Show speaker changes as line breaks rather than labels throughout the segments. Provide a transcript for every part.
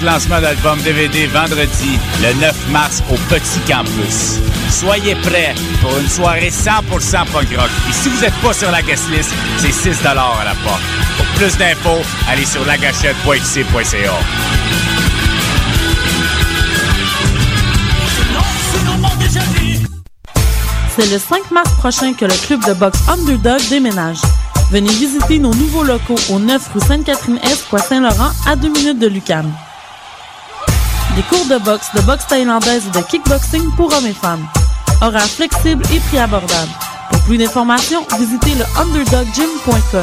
lancement d'album DVD vendredi, le 9 mars au Petit Campus. Soyez prêts pour une soirée 100% punk rock. Et si vous n'êtes pas sur la guest list, c'est 6 à la porte. Pour plus d'infos, allez sur lagachette.xc.ca.
C'est le 5 mars prochain que le club de boxe Underdog déménage. Venez visiter nos nouveaux locaux au 9 rue Sainte-Catherine-Est, coin Saint-Laurent, à 2 minutes de Lucam. Des cours de boxe, de boxe thaïlandaise et de kickboxing pour hommes et femmes. Horaires flexibles et prix abordables. Pour plus d'informations, visitez le underdoggym.com.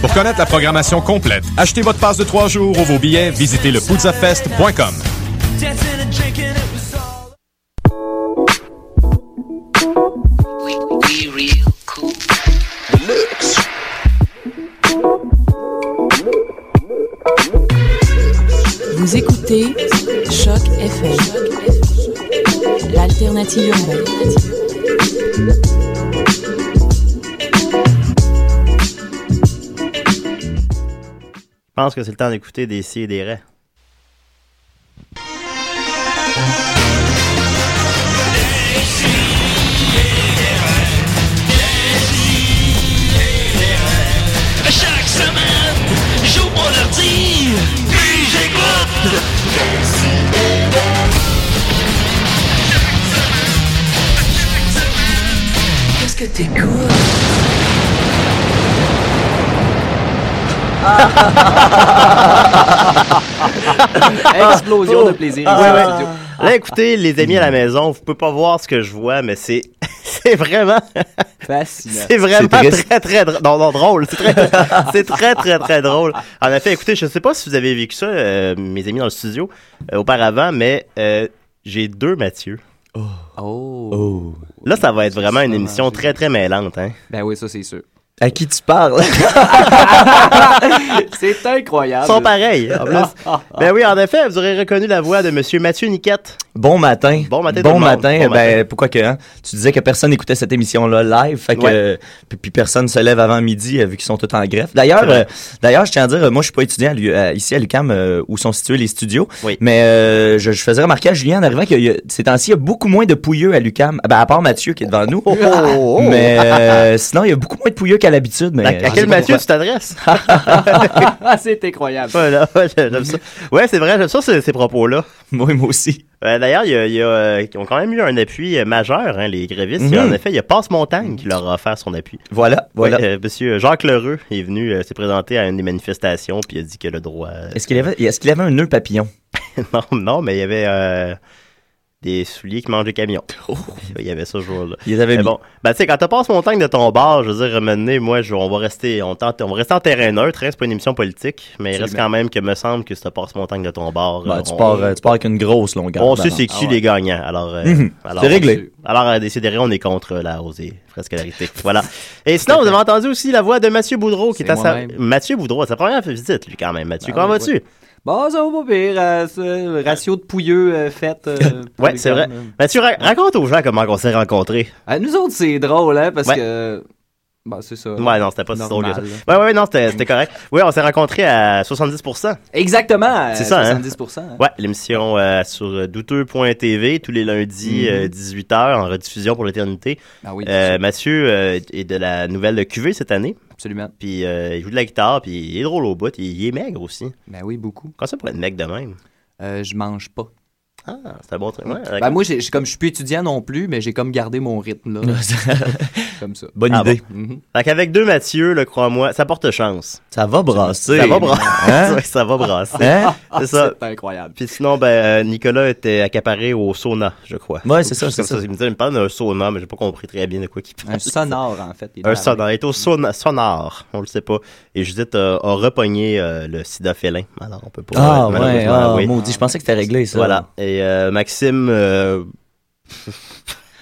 Pour connaître la programmation complète, achetez votre passe de 3 jours ou vos billets, visitez le pouzzafest.com.
Vous écoutez Choc FM, l'alternative urbaine.
Je pense que c'est le temps d'écouter des si et des raies.
Chaque semaine, j'ouvre mon ordi, puis j'écoute.
Qu'est-ce que t'écoutes?
Ah. Explosion de plaisir.
Ah,
ici
Ouais,
dans le
Ah. ouais.
studio.
Là, écoutez, les amis à la maison, vous pouvez pas voir ce que je vois, mais c'est c'est vraiment
Fascinant.
c'est vraiment
C'est triste.
très très drôle. Non, non, drôle. C'est très, c'est très très très drôle. En effet, écoutez, je sais pas si vous avez vécu ça, euh, mes amis dans le studio, euh, auparavant, mais euh, j'ai deux Mathieu.
Oh.
Là, ça va être vraiment une
Ça,
émission
j'ai-
très très mêlante. Hein.
Ben oui, ça c'est sûr.
À qui tu parles?
c'est incroyable.
Ah,
Ils sont pareils. En plus. ben oui, en effet, vous aurez reconnu la voix de Monsieur Mathieu Niquette.
Bon matin.
Bon matin, tout
Bon
le monde.
matin.
Bon
ben,
matin.
pourquoi que, hein? Tu disais que personne n'écoutait cette émission-là live, fait que,
Ouais.
euh, puis, puis personne se lève avant midi, euh, vu qu'ils sont tous en greffe. D'ailleurs,
C'est vrai.
euh, d'ailleurs, je tiens à dire, euh, moi, je suis pas étudiant à l'U- à- ici à l'UCAM, euh, où sont situés les studios.
Oui.
Mais, euh, je, je faisais remarquer à Julien en arrivant que, euh, ces temps-ci, il y a beaucoup moins de pouilleux à l'UCAM. Ben, à part Mathieu qui est devant nous.
Oh,
Mais, euh, sinon, il y a beaucoup moins de pouilleux qu'à l'habitude. Mais,
À, à
Ben, je sais
quel
pas
Mathieu
pourquoi.
tu t'adresses?
Ah, c'est incroyable.
Voilà, ouais, j'aime ça. Ouais, c'est vrai, j'aime ça ces- ces propos-là.
Moi, moi aussi.
Euh, D'ailleurs, il y a- il y a, euh, ils ont quand même eu un appui euh, majeur, hein, les grévistes. Il y a,
Mhm.
En effet, il y a Passe-Montagne qui leur a offert son appui.
Voilà, voilà.
Ouais, euh, monsieur Jacques Lheureux est venu euh, s'est présenté à une des manifestations, puis il a dit que le droit. euh,
Est-ce qu'il avait, est-ce qu'il avait un nœud papillon?
non, non, mais il y avait euh, des souliers qui mangent des camions.
Oh.
Il y avait ça ce jour-là.
Il avait
Mais
mis.
bon, ben, tu sais, quand tu passes montagne de ton bar, je veux dire, à un moment donné, moi, je, on va rester, on, tente, on va rester en terrain neutre, hein, c'est pas une émission politique, mais il reste
Absolument.
quand même que me semble que si tu passes montagne de ton bar,
Ben,
euh,
tu,
on,
pars, euh, tu pars avec une grosse longueur.
on sait
d'avance.
c'est qui
Ah ouais.
les gagnants. Alors, euh,
Mhm.
alors-
C'est réglé.
Alors, à décider, on est contre euh, la hausse des frais de scolarité. voilà. Et sinon, vous avez entendu aussi la voix de Mathieu Boudreau, qui est
C'est
à sa...
moi-même.
Mathieu Boudreau, à sa première visite, lui, quand même. Mathieu,
Ah
comment
ouais,
vas-tu?
ouais. Bon, ça va pas pire. euh, ce ratio de pouilleux euh, fait. euh, pour
Ouais,
les
c'est vrai.
femmes, euh.
Mathieu, ra- raconte aux gens comment on s'est rencontrés.
Ah, nous autres, c'est drôle, hein, parce
Ouais.
que. Bah, c'est ça.
Ouais, non, c'était pas si drôle
Normal.
que ça. Ouais, ouais, ouais, non, c'était c'était correct. Oui, on s'est rencontrés à 70%.
Exactement. euh,
C'est
C'est
ça,
ça,
hein.
70%. hein.
Ouais, l'émission euh, sur euh, douteux.tv tous les lundis, euh,
Mhm.
18h, en rediffusion pour l'éternité.
Ah oui.
Euh, Mathieu euh, est de la nouvelle QV cette année,
Absolument.
Puis euh, il joue de la guitare, puis il est drôle au bout, il, il est maigre aussi.
Ben oui, beaucoup.
Quand ça pour être maigre de même?
Euh, je mange pas.
Ah, c'est un bon truc. Ouais,
Ben moi, j'ai j'ai comme je suis plus étudiant non plus, mais j'ai comme gardé mon rythme là. comme ça.
Bonne
Ah,
idée.
Mhm.
Fait qu'avec deux Mathieu, le crois-moi, ça porte chance.
Ça va brasser.
Ça va brasser.
Hein?
Ouais, ça va brasser.
Hein?
C'est ça.
C'est incroyable.
Puis sinon, ben, euh, Nicolas était accaparé au sauna, je crois.
Ouais, c'est ça,
Comme
c'est ça.
Il me disait, il me parle d'un sauna, mais j'ai pas compris très bien de quoi qu'il parle.
Un sonore en fait. il
Un
est
sonore. Il est au sauna, sonore. On le sait pas. Et Judith euh, a repogné euh, le sida félin. Alors, on peut pas.
Ah,
euh,
ouais,
malheureusement,
ah,
oui.
maudit, je pensé que c'était réglé, ça.
Voilà. Et euh, Maxime, euh,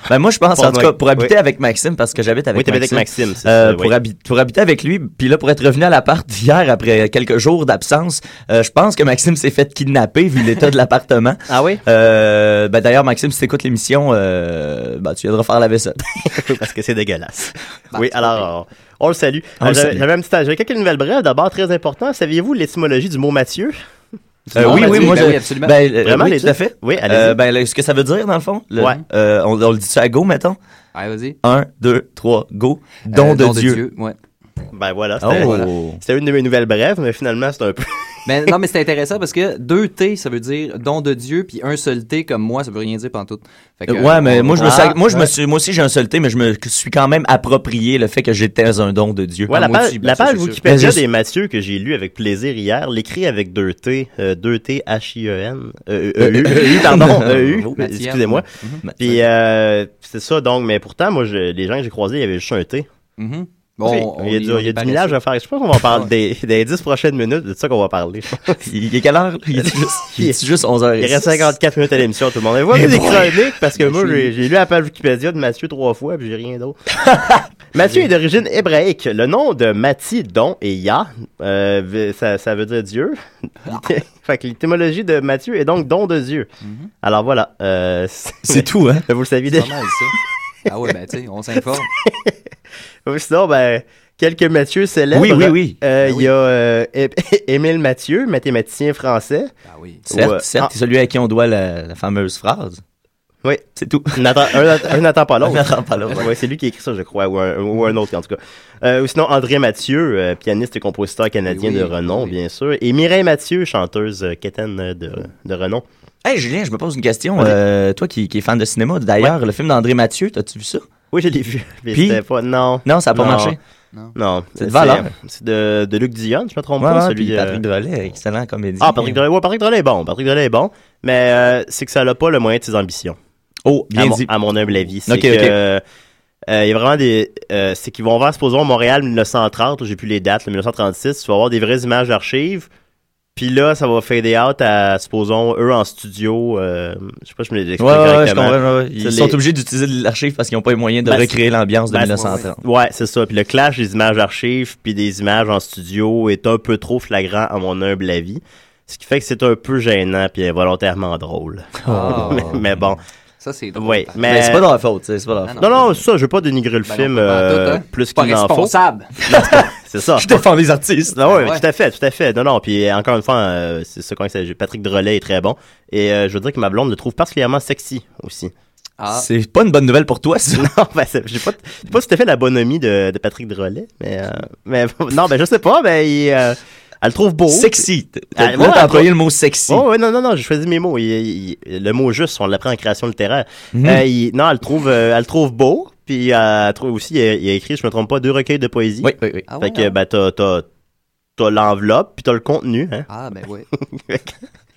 Ben, moi, je pense, en tout cas, pour
Oui.
habiter avec Maxime, parce que j'habite avec
oui, t'avais avec
Maxime.
Maxime, c'est
Euh,
ça,
pour,
oui.
habi- pour habiter avec lui, puis là, pour être revenu à l'appart hier après quelques jours d'absence, euh, je pense que Maxime s'est fait kidnapper vu l'état de l'appartement.
Ah oui?
Euh, ben d'ailleurs, Maxime, si t'écoutes l'émission, euh, ben, tu viendras faire la vaisselle.
parce que c'est dégueulasse. oui, alors, on, on le salue.
On
Euh,
le
J'avais
salue.
j'avais un petit J'avais quelques nouvelles brèves. D'abord, très important. Saviez-vous l'étymologie du mot Mathieu? Ah,
Euh,
Non,
oui,
ben
oui,
oui,
moi,
ben
je-
oui, absolument.
ben, euh,
Vraiment,
oui,
les
tout
deux?
à fait.
Oui, allez-y.
Euh, ben, le- ce que ça veut dire, dans le fond, le-
Ouais.
euh, on, on le dit à go, mettons?
Ah, vas-y.
1, 2, 3, go.
Euh,
Don, de, Dieu.
ouais.
Ben voilà,
Oh,
c'était c'était une de mes nouvelles brèves, mais finalement, c'est un peu...
Mais Ben, non, mais c'est intéressant parce que deux T, ça veut dire don de Dieu, puis un seul T comme moi, ça veut rien dire pantoute. Fait que,
Euh, ouais, mais
on-
moi, je me suis,
Ah,
moi, je me suis, moi aussi, j'ai un seul thé, mais je me suis quand même approprié le fait que j'étais un don de Dieu.
Ouais, la
moi
page,
aussi, ben
la
ça,
page
c'est sûr.
Wikipédia
Mais juste-
des Mathieu que j'ai lu avec plaisir hier, l'écrit avec deux T, euh, deux T H-I-E-N, euh, euh, E-U,
E
E-U, pardon, E-U,
Mathieu.
excusez-moi. Puis euh, c'est ça, donc, mais pourtant, moi, je- les gens que j'ai croisés, il y avait juste un T.
Mhm.
Tu sais,
Bon, on-
il y a
on
du,
est- on
il y a
est
du millage à faire. Je pense qu'on va en parler des, des 10 prochaines minutes, de ça qu'on va parler.
Il est quelle heure? là? Il est juste, il est juste 11h.
Il reste 54 minutes à l'émission, tout le monde. Et voilà
Eh
des
boy.
chroniques, parce que moi, j'ai j'ai lu la page Wikipédia de Mathieu trois fois, puis j'ai rien d'autre. Mathieu est d'origine hébraïque. Le nom de Mathi, Don et Yah, euh, v- ça, ça veut dire Dieu.
Ah.
fait que l'étymologie de Mathieu est donc Don de Dieu. Alors voilà. euh,
Mm-hmm. C'est tout, hein?
Vous le saviez
C'est pas
déjà.
mal, ça. Ah ouais, ben tu sais, on s'informe.
Sinon, ben, quelques Mathieu célèbres.
Oui, oui, oui.
Euh,
Ben
Il
oui.
y a euh, É- Émile Mathieu, mathématicien français.
Ah oui.
Certes,
Ouais.
certes,
Ah.
c'est celui à qui on doit la, la fameuse phrase.
Oui.
C'est tout.
N'attend- un n'att- un n'attend pas l'autre.
On n'attend pas l'autre.
Ouais, c'est lui qui a écrit ça, je crois, ou un, ou un autre, en tout cas. Euh, ou sinon, André Mathieu, euh, pianiste et compositeur canadien
Oui, oui,
de renom,
oui.
bien sûr. Et Mireille Mathieu, chanteuse euh, quétaine euh, de, de renom.
Hey Julien, je me pose une question. Euh, toi qui, qui es fan de cinéma, d'ailleurs, le film d'André Mathieu, t'as-tu vu ça?
Oui, je l'ai vu. Mais
Puis?
c'était pas. Non.
Non, ça n'a pas
Non.
marché.
Non.
C'est de valeur.
C'est de, de Luc Dion, je me trompe
Ouais,
pas,
ouais,
celui
puis
euh,
Patrick Drolet, excellent comédien.
Ah, Patrick Drolet. Ouais, Patrick Drolet est bon. Patrick Drolet est bon. Mais euh, c'est que ça n'a pas le moyen de ses ambitions.
Oh, bien
à, mon-
dit.
à mon humble avis. C'est
Ok,
que,
ok.
euh, euh, il y a vraiment des. euh, c'est qu'ils vont voir, supposons, Montréal 1930, j'ai plus les dates, le 1936, tu vas avoir des vraies images d'archives. Puis là, ça va fader out à, supposons, eux en studio. euh, je sais pas si je me les
Ouais,
explique
ouais, ouais, je
correctement. Ben,
comprends. ouais, ouais. Ils
C'est
sont
les-
obligés d'utiliser de l'archive parce qu'ils n'ont pas les moyens de
Ben,
recréer l'ambiance de
ben, c'est-
1930.
ouais, c'est ça. Puis le clash des images d'archives puis des images en studio est un peu trop flagrant, à mon humble avis. Ce qui fait que c'est un peu gênant puis involontairement drôle.
Ah,
Mais, mais bon,
ça c'est drôle.
oui. Mais,
Mais Ben, c'est pas de leur faute, c'est pas de leur faute.
Non, non, ça, je veux pas dénigrer le
Ben non,
film
pas
euh,
pantoute, hein.
plus
Pas
qu'il n'en faut.
responsable.
C'est ça.
Je défends les artistes.
Non, oui,
Ouais.
tout à fait, tout à fait. Non, non, puis encore une fois, euh, c'est ça quand il s'agit. Patrick Drolet est très bon. Et euh, je veux dire que ma blonde le trouve particulièrement sexy aussi.
Ah,
C'est pas une bonne nouvelle pour toi, ça.
Non, ben, c'est- j'ai pas, j'ai pas tout à fait la bonhomie de, de Patrick Drolet, mais, euh, mais bon, non, ben, je sais pas, ben, il, euh, elle le trouve
Oh.
beau.
Sexy. T-
Ah, ouais,
Là, t'as
ouais,
employé le mot sexy.
Oh, ouais, non, non, non, j'ai choisi mes mots. Il- il- il- le mot juste, on l'apprend en création littéraire.
Mhm.
Euh, il- non, elle le trouve, euh, elle le trouve beau. Puis euh, elle trouve aussi, il, a- il a écrit, je me trompe pas, deux recueils de poésie.
Oui, oui, oui.
ah
fait
ouais,
que,
hein?
ben, t'as, t'as, t'as l'enveloppe, puis t'as le contenu. Hein.
Ah, ben ouais.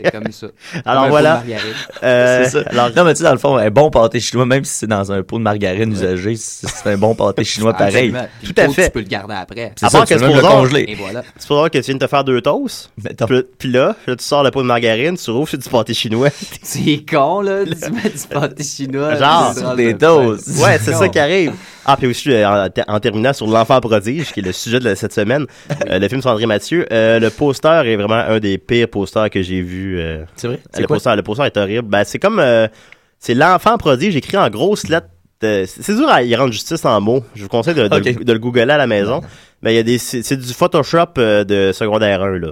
c'est comme ça.
Alors
Ah,
Comme un
voilà.
pot de marguerite.
Euh,
C'est ça.
Alors,
non, mais tu sais, dans le fond, un bon pâté chinois, même si c'est dans un pot de margarine usagée, c'est c'est un bon pâté chinois pareil.
Absolument. Puis
Tout
le
à
pot,
fait.
Tu peux le garder après.
C'est
À
ça,
part
tu
que
peux même le Eh,
supposons-
Et
congeler.
voilà.
c'est pour ça que tu viens de te faire deux toasts.
Mettons.
Puis, puis là, là, tu sors le pot de margarine, tu rouves, c'est du pâté chinois.
C'est con, là. Tu mets du pâté chinois.
Genre,
tu
sur
te rends
des
compte.
doses.
Ouais, c'est ça
Non.
qui arrive. Ah, puis aussi, euh, en, ter- en terminant sur L'Enfant prodige, qui est le sujet de la- cette semaine, euh, le film sur André Mathieu, euh, le poster est vraiment un des pires posters que j'ai vu. euh,
C'est vrai?
le,
C'est quoi?
poster, le poster est horrible. Ben, c'est comme. euh, c'est L'Enfant prodige écrit en grosses lettres. euh, c'est c'est dur à y rendre justice en mots. Je vous conseille de, de-
Ok.
de le googler à la maison. Mais il y a des. C'est c'est du Photoshop euh, de secondaire 1, là.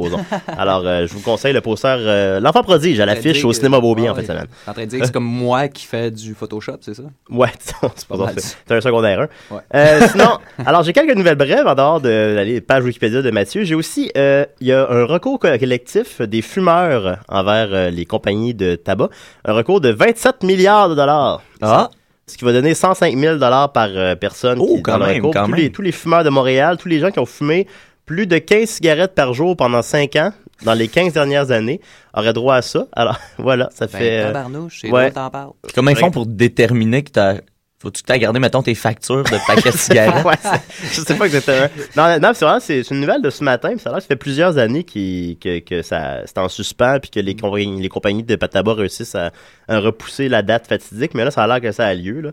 C'est supposons. Alors, euh, je vous conseille le poster euh, L'Enfant prodige à l'affiche au cinéma
ah
Ah
Beaubien en fait, semaine.
T'es en train de dire que c'est comme moi qui fais du Photoshop, c'est ça?
Ouais, disons, c'est pas
Pas
ça.
mal.
C'est un secondaire 1.
Ouais.
sinon, alors j'ai quelques nouvelles brèves en dehors de la page Wikipédia de Mathieu. J'ai aussi, euh, il y a un recours co- collectif des fumeurs envers euh, les compagnies de tabac. Un recours de 27 milliards de dollars.
Ah.
Ce qui va donner 105 000 dollars par euh, personne.
Oh,
qui-
quand
dans le
même,
recours.
quand
tous,
même.
Les, tous les fumeurs de Montréal, tous les gens qui ont fumé plus de 15 cigarettes par jour pendant 5 ans, dans les 15 dernières années, auraient droit à ça. Alors, voilà, ça
Ben,
fait... euh,
tabarnouche, c'est
ouais.
drôle que t'en parles.
Puis comment ils font pour déterminer que t'as. Faut-tu que t'as gardé, mettons, tes factures de paquets de cigarettes?
Ouais, c'est- je sais pas exactement. Non, non c'est vraiment, c'est c'est une nouvelle de ce matin. puis Ça, a l'air que ça fait plusieurs années qui- que, que ça c'est en suspens puis que
Mm.
les, compagnies- les compagnies de Pataba réussissent à, à repousser la date fatidique. Mais là, ça a l'air que ça a lieu. Là.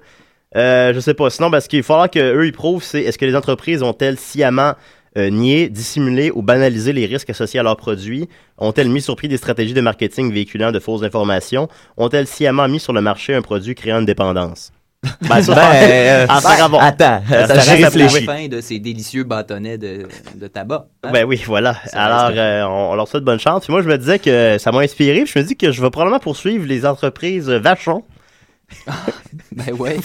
Euh, je sais pas. Sinon, parce qu'il va falloir qu'eux, ils prouvent, c'est est-ce que les entreprises ont-elles sciemment euh, nié, dissimulé ou banalisé les risques associés à leurs produits? Ont-elles mis sur pied des stratégies de marketing véhiculant de fausses informations? Ont-elles sciemment mis sur le marché un produit créant une dépendance? Ben, ça,
Ben,
en
euh,
faire avant.
attends,
Ça reste
attends, j'ai
à
C'est la
réfléchi.
prouver.
fin de ces délicieux bâtonnets de, de tabac. hein?
Ben oui, voilà.
Ça
Alors,
reste-
euh, on, on leur souhaite bonne chance. Puis moi, je me disais que ça m'a inspiré. Puis je me dis que je vais probablement poursuivre les entreprises euh, Vachon
Ben ouais.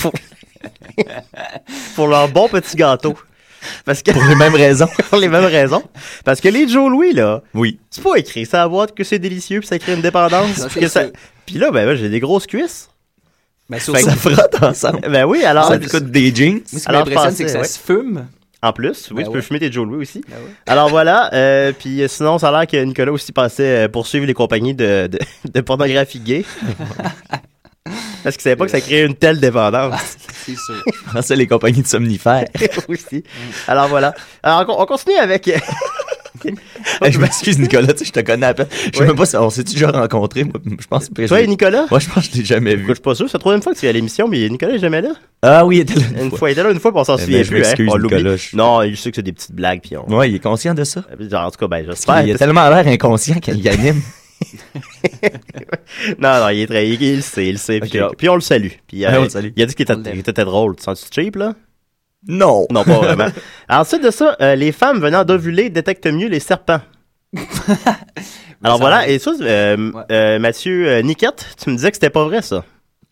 pour leur bon petit gâteau. Parce que,
Pour les mêmes raisons.
pour les mêmes raisons. Parce que les Joe Louis, là,
Oui.
c'est pas écrit ça à boîte que c'est délicieux puis ça crée une dépendance.
Ça,
puis, que
c'est
ça-
sûr.
puis là, ben, moi, j'ai des grosses cuisses.
Mais
Fait
surtout,
que ça frotte ensemble.
Ben oui, alors.
ça te coûte des jeans.
moi, ce qui
alors, je
m'impressionne, c'est que
pensais,
ça
ouais.
se fume.
En plus, oui,
Ben
tu
ouais.
peux fumer tes Joe Louis aussi.
Ben ouais.
Alors voilà, euh, puis euh, sinon, ça a l'air que Nicolas aussi pensait euh, poursuivre les compagnies de, de, de pornographie gay. Parce qu'il savait pas que ça créait une telle dépendance.
C'est sûr.
Ah, c'est les compagnies de somnifères.
aussi. Alors voilà. Alors on, on continue avec.
Hey, je m'excuse, Nicolas, tu sais, je te connais à peine. Je sais
Oui.
même pas si on s'est déjà rencontré. Moi, je pense que
Toi et Nicolas?
Moi, je pense que je l'ai jamais
Je
vu.
suis pas sûr, c'est la troisième fois que tu es à l'émission, mais Nicolas est jamais là.
Ah oui, il était là.
Une fois, il était là une fois, puis on s'en
Eh
souvient
ben, je
plus. Hein.
m'excuse,
On l'oublie.
Nicolas, je-
Non, je sais que c'est des petites blagues, puis on.
Ouais, il est conscient de ça.
Genre, en tout cas, ben,
Il
j'espère.
a tellement l'air inconscient qu'il anime.
Non, non, il est très. Il, il le sait, il le sait. Puis,
Ok, Ah
euh, puis on le salue. Puis, euh,
Ouais, on le salue.
Il a dit qu'il était,
On l'aime.
il était drôle. Tu sens cheap, là?
Non.
Non, pas vraiment. Ensuite de ça, euh, les femmes venant d'ovuler détectent mieux les serpents. Alors
Ça
voilà,
va.
et ça, euh,
Ouais.
euh, Mathieu euh, Niquette, tu me disais que c'était pas vrai, ça.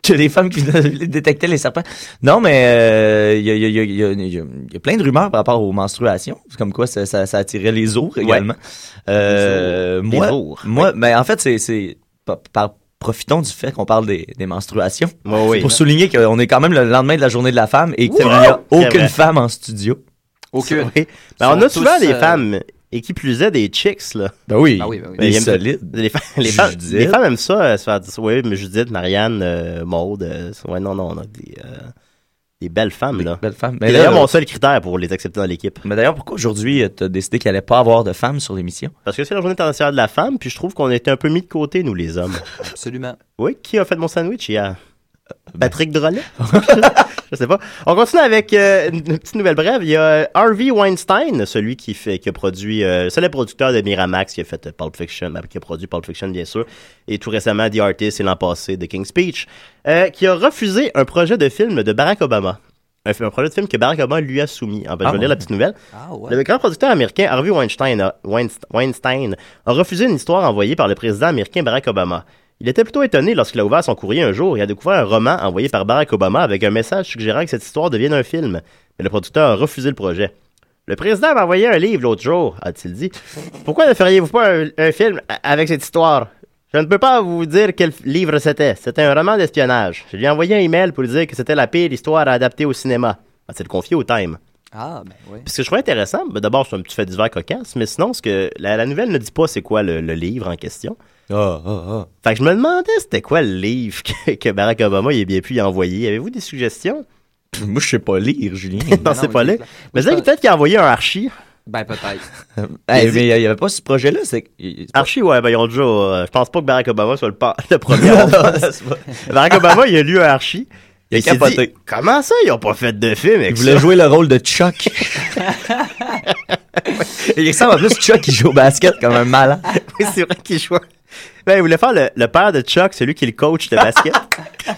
Que des femmes qui détectaient les serpents. Non, mais euh, il y, a- il y a- il y a- il y a- il y a- il y a plein de rumeurs par rapport aux menstruations. C'est Comme quoi, ça, ça, ça attirait les ours également. Euh,
Les
moi,
ours.
moi, mais en fait, c'est- c'est par- par- profitons du fait qu'on parle des, des menstruations
Ouais, oui.
pour souligner qu'on est quand même le lendemain de la journée de la femme et qu'il n'y
vrai.
a
C'est
aucune
vrai.
femme en studio.
Aucune.
Oui. Ben, on
Ils sont
a souvent
tous,
des
euh,
femmes, et qui plus est, des chicks, là.
Ben oui.
Ah oui, ben oui.
Ben, il
Des
y a-
solides.
Les, fa- les,
Judith.
femmes, les femmes aiment ça, euh, se faire dire ça. Oui, mais Judith, Marianne, euh, Maude, euh, ouais, non, non, on a des, euh, des belles femmes, là.
Belle femme.
C'est
Mais euh, d'ailleurs,
d'ailleurs mon seul critère pour les accepter dans l'équipe.
mais d'ailleurs, pourquoi aujourd'hui tu as décidé qu'il allait pas avoir de femmes sur l'émission?
Parce que c'est la journée internationale de la femme, puis je trouve qu'on a été un peu mis de côté, nous, les hommes.
Absolument.
Oui, qui a fait mon sandwich hier? Patrick Drolet? je sais pas. On continue avec euh, une petite nouvelle brève. Il y a euh, Harvey Weinstein, celui qui fait qui a produit euh, le célèbre producteur de Miramax qui a fait euh, Pulp Fiction, ben, qui a produit Pulp Fiction bien sûr, et tout récemment The Artist et l'an passé The King's Speech, euh, qui a refusé un projet de film de Barack Obama. Un, film- un projet de film que Barack Obama lui a soumis. En fait, je vais
ouais.
lire la petite nouvelle.
Ah ouais.
Le grand producteur américain Harvey Weinstein a, Weinst- Weinstein a refusé une histoire envoyée par le président américain Barack Obama. Il était plutôt étonné lorsqu'il a ouvert son courrier un jour et a découvert un roman envoyé par Barack Obama avec un message suggérant que cette histoire devienne un film. Mais le producteur a refusé le projet. Le président m'a envoyé un livre l'autre jour, a-t-il dit. Pourquoi ne feriez-vous pas un, un film a- avec cette histoire? Je ne peux pas vous dire quel f- livre c'était. C'était un roman d'espionnage. Je lui ai envoyé un email pour lui dire que c'était la pire histoire à adapter au cinéma. Ah, C'est le confié au Time.
Ah, ben ouais.
Puis ce que je trouve intéressant, ben, d'abord, c'est un petit fait divers cocasse, mais sinon, ce que la, la nouvelle ne dit pas c'est quoi le, le livre en question.
Ah, ah, ah.
Fait que je me demandais c'était quoi le livre que, que Barack Obama il a bien pu y envoyer. Avez-vous des suggestions?
Moi, je sais pas lire, Julien.
Ben non, c'est
non,
pas
c'est
là.
clair.
Mais
je
c'est
pense-
peut-être qu'il a envoyé un Archie.
Ben peut-être.
Hey, mais il n'y avait pas ce projet-là. C'est... que- c'est pas-
Archie, ouais, ben ils ont déjà. euh, je pense pas que Barack Obama soit le, pa- le premier. à avoir-
C'est pas-
Barack Obama, il a lu un Archie.
Il a
s'est
capoté.
dit, Comment ça, ils ont pas fait de film avec
Il voulait
ça?
jouer le rôle de Chuck. il ressemble en plus Chuck qui joue au basket comme un malin.
Oui, c'est vrai qu'il jouait. Ben, il voulait faire le, le père de Chuck, celui qui est le coach de basket.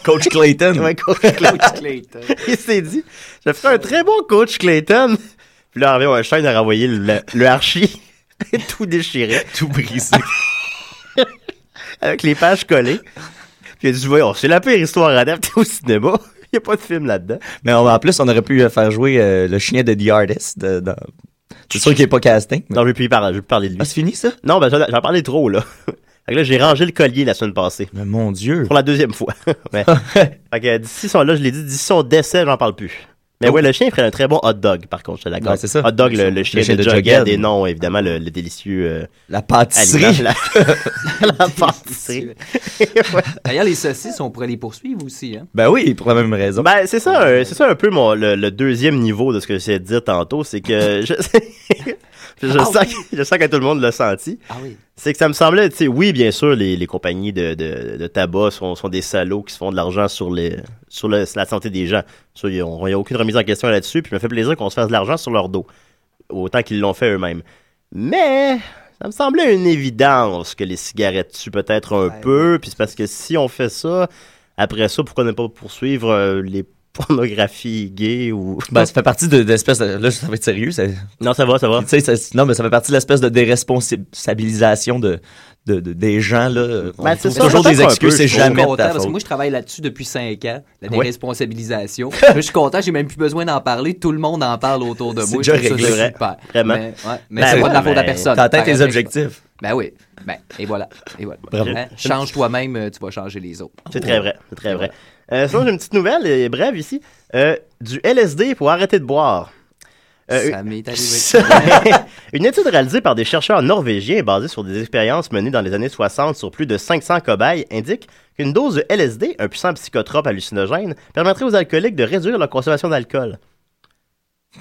Coach Clayton.
Ouais, coach Clayton. il s'est dit, je ferai un très bon coach Clayton. Puis là, Harvey Weinstein a renvoyé le, le Archie. tout déchiré.
Tout brisé.
Avec les pages collées. Puis il a dit, voyons, c'est la pire histoire adaptée au cinéma. Il n'y a pas de film là-dedans.
Mais on- en plus, on aurait pu euh, faire jouer euh, le chien de The Artist. de- dans... C'est sûr qu'il n'est pas casting. mais-
Non, je vais plus y parler, je vais plus parler de lui.
Ah, c'est fini ça?
Non, ben j'en j'en parlais trop, là. Fait que là, j'ai rangé le collier la semaine passée.
Mais mon Dieu.
Pour la deuxième fois. Mais- fait que d'ici son, là, je l'ai dit, d'ici son décès, j'en parle plus. Mais ouais, le chien ferait un très bon hot dog, par contre, je suis d'accord.
Ouais, c'est ça.
Hot dog, le, le chien, de, Jughead, et non, évidemment, le, le délicieux euh,
La pâtisserie.
aliment, la, la pâtisserie. Ouais.
D'ailleurs, les saucisses, on pourrait les poursuivre aussi. Hein?
Ben oui, pour la même raison.
Ben, c'est ça, euh, c'est ça un peu mon, le, le deuxième niveau de ce que j'essayais de dire tantôt, c'est que je, je, sens, que- je sens que tout le monde l'a senti.
Ah oui.
C'est que ça me semblait, tu sais, oui, bien sûr, les, les compagnies de, de, de tabac sont, sont des salauds qui se font de l'argent sur, les, sur, le- sur la santé des gens. Ça, y a- on- Il n'y a aucune remise en question là-dessus, puis il me fait plaisir qu'on se fasse de l'argent sur leur dos, autant qu'ils l'ont fait eux-mêmes. Mais ça me semblait une évidence que les cigarettes tuent peut-être un peu, puis c'est parce que si on fait ça, après ça, pourquoi ne pas poursuivre euh, les pornographies gays ou...
Ben, ça fait partie de, de l'espèce de- Là, ça va être sérieux. ça-
non, ça va, ça va.
Tu sais, ça- non, mais ça fait partie de l'espèce de déresponsabilisation de, de- de- des gens. Là. On
Ben, c'est
trouve
ça,
toujours
peut-être
des
un
excuses,
peu,
c'est
je
Je suis
jamais de
content
ta
parce
faute.
que moi, je travaille là-dessus depuis 5 ans, la
Ouais.
déresponsabilisation. Là, je suis content, j'ai même plus besoin d'en parler. Tout le monde en parle autour de
C'est
moi.
déjà
Je trouve ça
réglé.
super.
Vraiment.
Mais, ouais, mais
Ben
c'est pas de la
oui,
faute à
mais
personne.
T'atteins tes
Pareil,
objectifs.
Ben oui. Ben, et voilà. Et voilà.
Bravo.
Hein? Change toi-même, euh, tu vas changer les autres.
C'est très vrai, c'est très vrai. Euh, sinon, j'ai une petite nouvelle, et brève ici. Euh, du LSD pour arrêter de boire. Euh,
Ça m'est arrivé.
une étude réalisée par des chercheurs norvégiens basée sur des expériences menées dans les années 60 sur plus de 500 cobayes indique qu'une dose de LSD, un puissant psychotrope hallucinogène, permettrait aux alcooliques de réduire leur consommation d'alcool.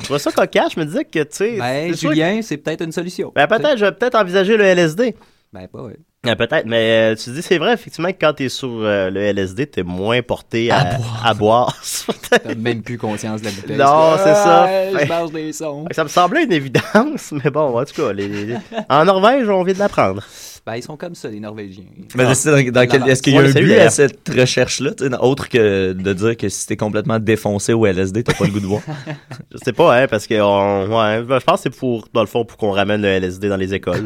Je vois ça cocasse, je me disais que, tu sais...
Ben,
c'est sûr
Julien, c'est peut-être une solution.
que- Ben, peut-être, je vais peut-être envisager le LSD.
Ben, pas ouais.
Ah, peut-être, mais euh, tu dis, c'est vrai, effectivement, que quand t'es sur euh, le LSD, t'es moins porté à, à boire.
T'as même plus conscience de la bouteille.
Non,
Ah,
c'est ça. Ben.
Ouais,
Ouais.
Je mange des sons.
ça me semblait une évidence, mais bon, en tout cas, les- les- en Norvège, on vient de l'apprendre.
Ben, ils sont comme ça, les Norvégiens.
Mais
Ah.
c'est dans- dans quel- Est-ce qu'il y a
Ouais,
un
c'est
but
lui, hein.
à
d'ailleurs.
cette recherche-là, tu sais, autre que de dire que si t'es complètement défoncé au LSD, t'as pas le goût de boire?
Je sais pas, hein, parce que on- ouais, ben, je pense que c'est pour, dans le fond, pour qu'on ramène le LSD dans les écoles.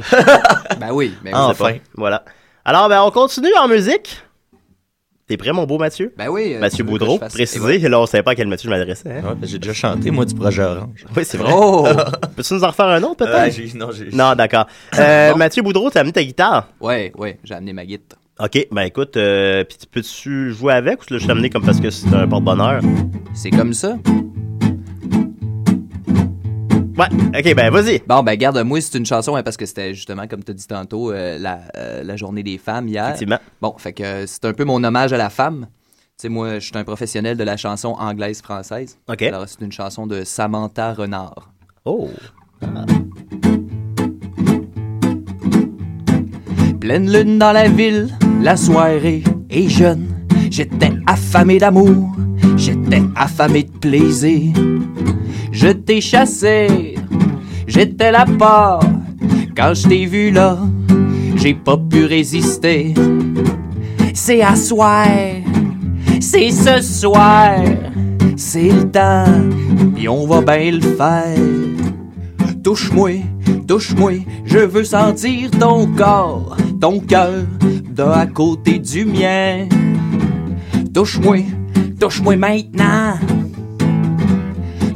Ben oui, mais
Ah.
oui.
Enfin.
voilà. Alors, ben, on continue en musique. T'es prêt, mon beau Mathieu?
Ben oui. euh, tu
Mathieu
veux que
Boudreau,
je fasse-
précisé. Là, on savait pas à quel Mathieu je m'adressais. hein.
Ouais, ben, J'ai déjà chanté, moi, du projet Orange.
Oui, c'est vrai.
Oh!
Peux-tu nous en refaire un autre, peut-être?
Ah, j'ai- non, j'ai-
non, d'accord. Euh,
Non.
Mathieu Boudreau, t'as amené ta guitare.
Ouais, ouais, j'ai amené ma guitare.
Ok, ben écoute, euh, puis tu- peux-tu jouer avec ou tu l'as juste amené comme parce que c'est un porte-bonheur?
C'est comme ça.
Ouais, ok, ben vas-y.
Bon, ben, garde, moi, c'est une chanson, hein, parce que c'était justement, comme tu as dit tantôt, euh, la, euh, la journée des femmes hier.
Effectivement.
Bon, fait que euh, c'est un peu mon hommage à la femme. Tu sais, moi, je suis un professionnel de la chanson anglaise-française.
Ok.
Alors, c'est une chanson de Samantha Renard.
Oh.
Pleine lune dans la ville, la soirée est jeune. J'étais affamé d'amour, j'étais affamé de plaisir. Je t'ai chassé, j'étais la part. Quand je t'ai vu là, j'ai pas pu résister. C'est à soir, c'est ce soir, c'est le temps, et on va bien le faire. Touche-moi, touche-moi, je veux sentir ton corps, ton cœur, d'un à côté du mien. Touche-moi, touche-moi maintenant.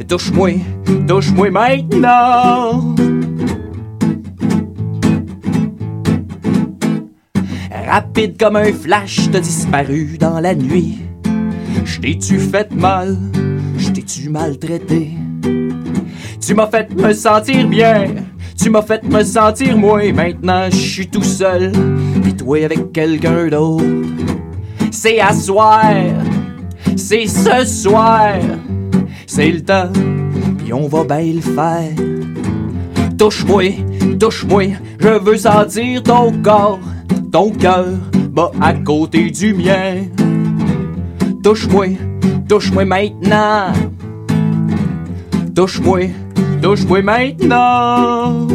Touche-moi, touche-moi maintenant. Rapide comme un flash, t'as disparu dans la nuit. Je t'ai-tu fait mal? Je t'ai-tu maltraité? Tu m'as fait me sentir bien. Tu m'as fait me sentir moi. Maintenant, je suis tout seul. Et toi avec quelqu'un d'autre. C'est à soir. C'est ce soir. C'est le temps. Puis on va bien le faire. Touche-moi, touche-moi. Je veux sentir ton corps, ton cœur, bas à côté du mien. Touche-moi, touche-moi maintenant. Touche-moi, touche-moi maintenant.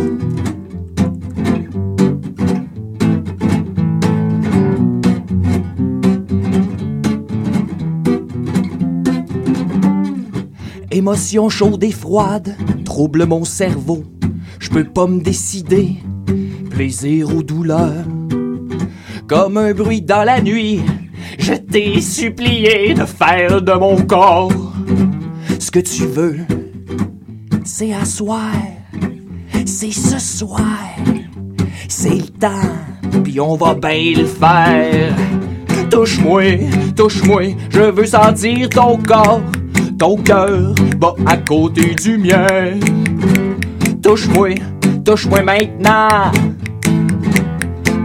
Émotion chaude et froide trouble mon cerveau. Je peux pas me décider. plaisir ou douleur. Comme un bruit dans la nuit, je t'ai supplié de faire de mon corps ce que tu veux. C'est à soir, c'est ce soir, c'est le temps, puis on va bien le faire. Touche-moi, touche-moi, je veux sentir ton corps, ton cœur bat à côté du mien. Touche-moi, touche-moi maintenant.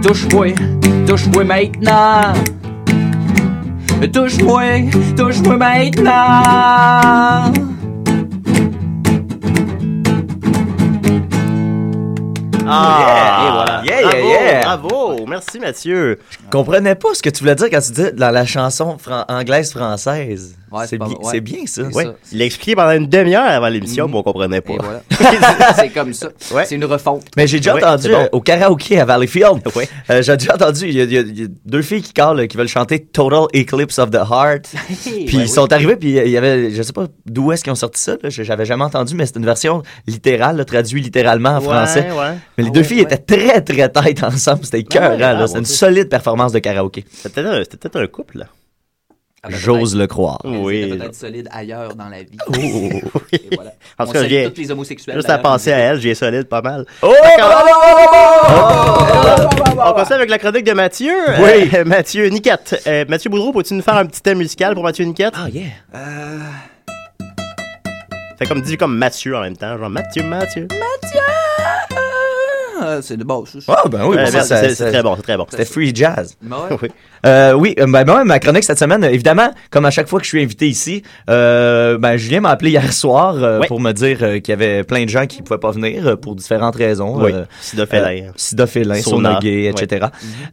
Touche-moi, touche-moi maintenant. Touche-moi, touche-moi maintenant.
Ah,
Yeah,
et voilà.
yeah,
bravo,
yeah.
bravo. Merci, Mathieu.
Je comprenais pas ce que tu voulais dire quand tu dis dans la chanson fran- anglaise-française. c'est
pas-
bien,
ouais.
c'est bien ça.
C'est ça. Mm-hmm. Il l'a expliqué pendant une demi-heure avant l'émission, mais on comprenait pas.
c'est comme ça. C'est une refonte.
Mais j'ai déjà
Ouais,
entendu
c'est bon.
euh, au karaoké à Valleyfield. euh, j'ai déjà entendu, il y, a- il y a- il y a deux filles qui calent, euh, qui veulent chanter Total Eclipse of the Heart. puis
ben
Ouais,
ils sont arrivés, puis euh, il y avait, je sais pas d'où est-ce qu'ils ont sorti ça, là, je- j'avais jamais entendu, mais c'est une version littérale, là, traduite littéralement en
Ouais, Ah
français.
ouais.
Mais les deux filles étaient très, très tight ensemble. C'était écœurant,
ouais,
là.
ah,
C'était
bon
une
Dieu.
solide performance de karaoké.
C'était peut-être un- c'était peut-être un couple, là. Ah, ben,
J'ose le croire.
Oui.
Peut-être solide ailleurs dans la vie.
Et
voilà.
En
On
tout cas,
salue
j'ai-
tous les homosexuels,
Juste à
d'ailleurs.
penser à elle, j'ai solide pas mal.
Oh!
On continue avec la chronique de Mathieu.
Oui.
Euh, Mathieu Niquette. Euh, Mathieu Boudreau, peux-tu nous faire un petit thème musical pour Mathieu Niquette?
Ah, yeah.
Fait comme dit comme Mathieu en même temps. Genre Mathieu, Mathieu. Euh,
Ah, c'est de bon. ça, ça.
Ah, ben oui,
Euh,
bon, ça,
merci,
ça,
c'est-
ça-
c'est très bon, c'est très bon.
C'était free jazz.
Ah, Ouais.
Oui.
Euh, oui, euh, ben, moi, ma chronique cette semaine, euh, évidemment, comme à chaque fois que je suis invité ici, euh, ben, Julien m'a appelé hier soir euh, pour me dire euh, qu'il y avait plein de gens qui pouvaient pas venir euh, pour différentes raisons.
Oui,
euh,
Sidophélin.
euh, Sidophélin,
Sona.
Sona gay,
Oui.
etc.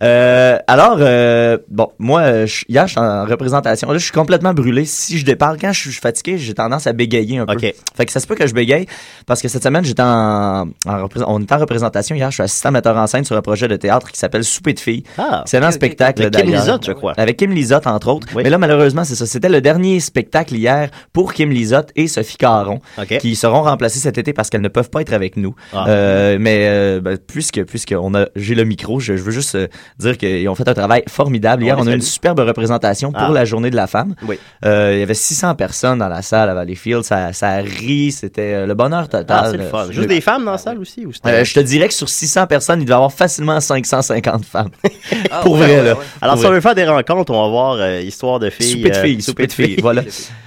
Euh, alors, euh, bon, moi, euh, je- hier, je suis en représentation. Là, je suis complètement brûlé. Si je déparle, quand je suis fatigué, j'ai tendance à bégayer un peu.
Ok.
Fait que ça se peut que je bégaye parce que cette semaine, j'étais en, en repré- on était en représentation hier. Je suis assistant metteur en scène sur un projet de théâtre qui s'appelle Souper de filles.
Ah.
Excellent spectacle
Avec Kim
d'ailleurs.
Lizotte, je crois.
Avec Kim Lizotte, entre autres. Mais là, malheureusement, c'est ça. C'était le dernier spectacle hier pour Kim Lizotte et Sophie Caron,
Ok.
qui seront remplacées cet été parce qu'elles ne peuvent pas être avec nous.
Ah.
Euh, mais euh, ben, puisque, puisque on a, j'ai le micro, je, je veux juste euh, dire qu'ils ont fait un travail formidable. Hier,
On les
on a eu une
salue.
superbe représentation pour
Ah.
la journée de la femme.
Oui.
Euh, il y avait 600 personnes dans la salle à Valleyfield. Ça, ça rit, c'était euh, le bonheur total.
Ah, c'est le fun.
Euh,
Juste des femmes dans la salle aussi? Ou c'était-
euh, je te dirais que sur 600 personnes, il devait y avoir facilement 550 femmes.
Ah,
pour
ouais,
vrai,
ouais,
là.
ouais.
Alors,
Pour
si on
vrai.
veut faire des rencontres, on va voir euh, Histoire de filles.
Souper de
euh,
filles, souper de filles, voilà.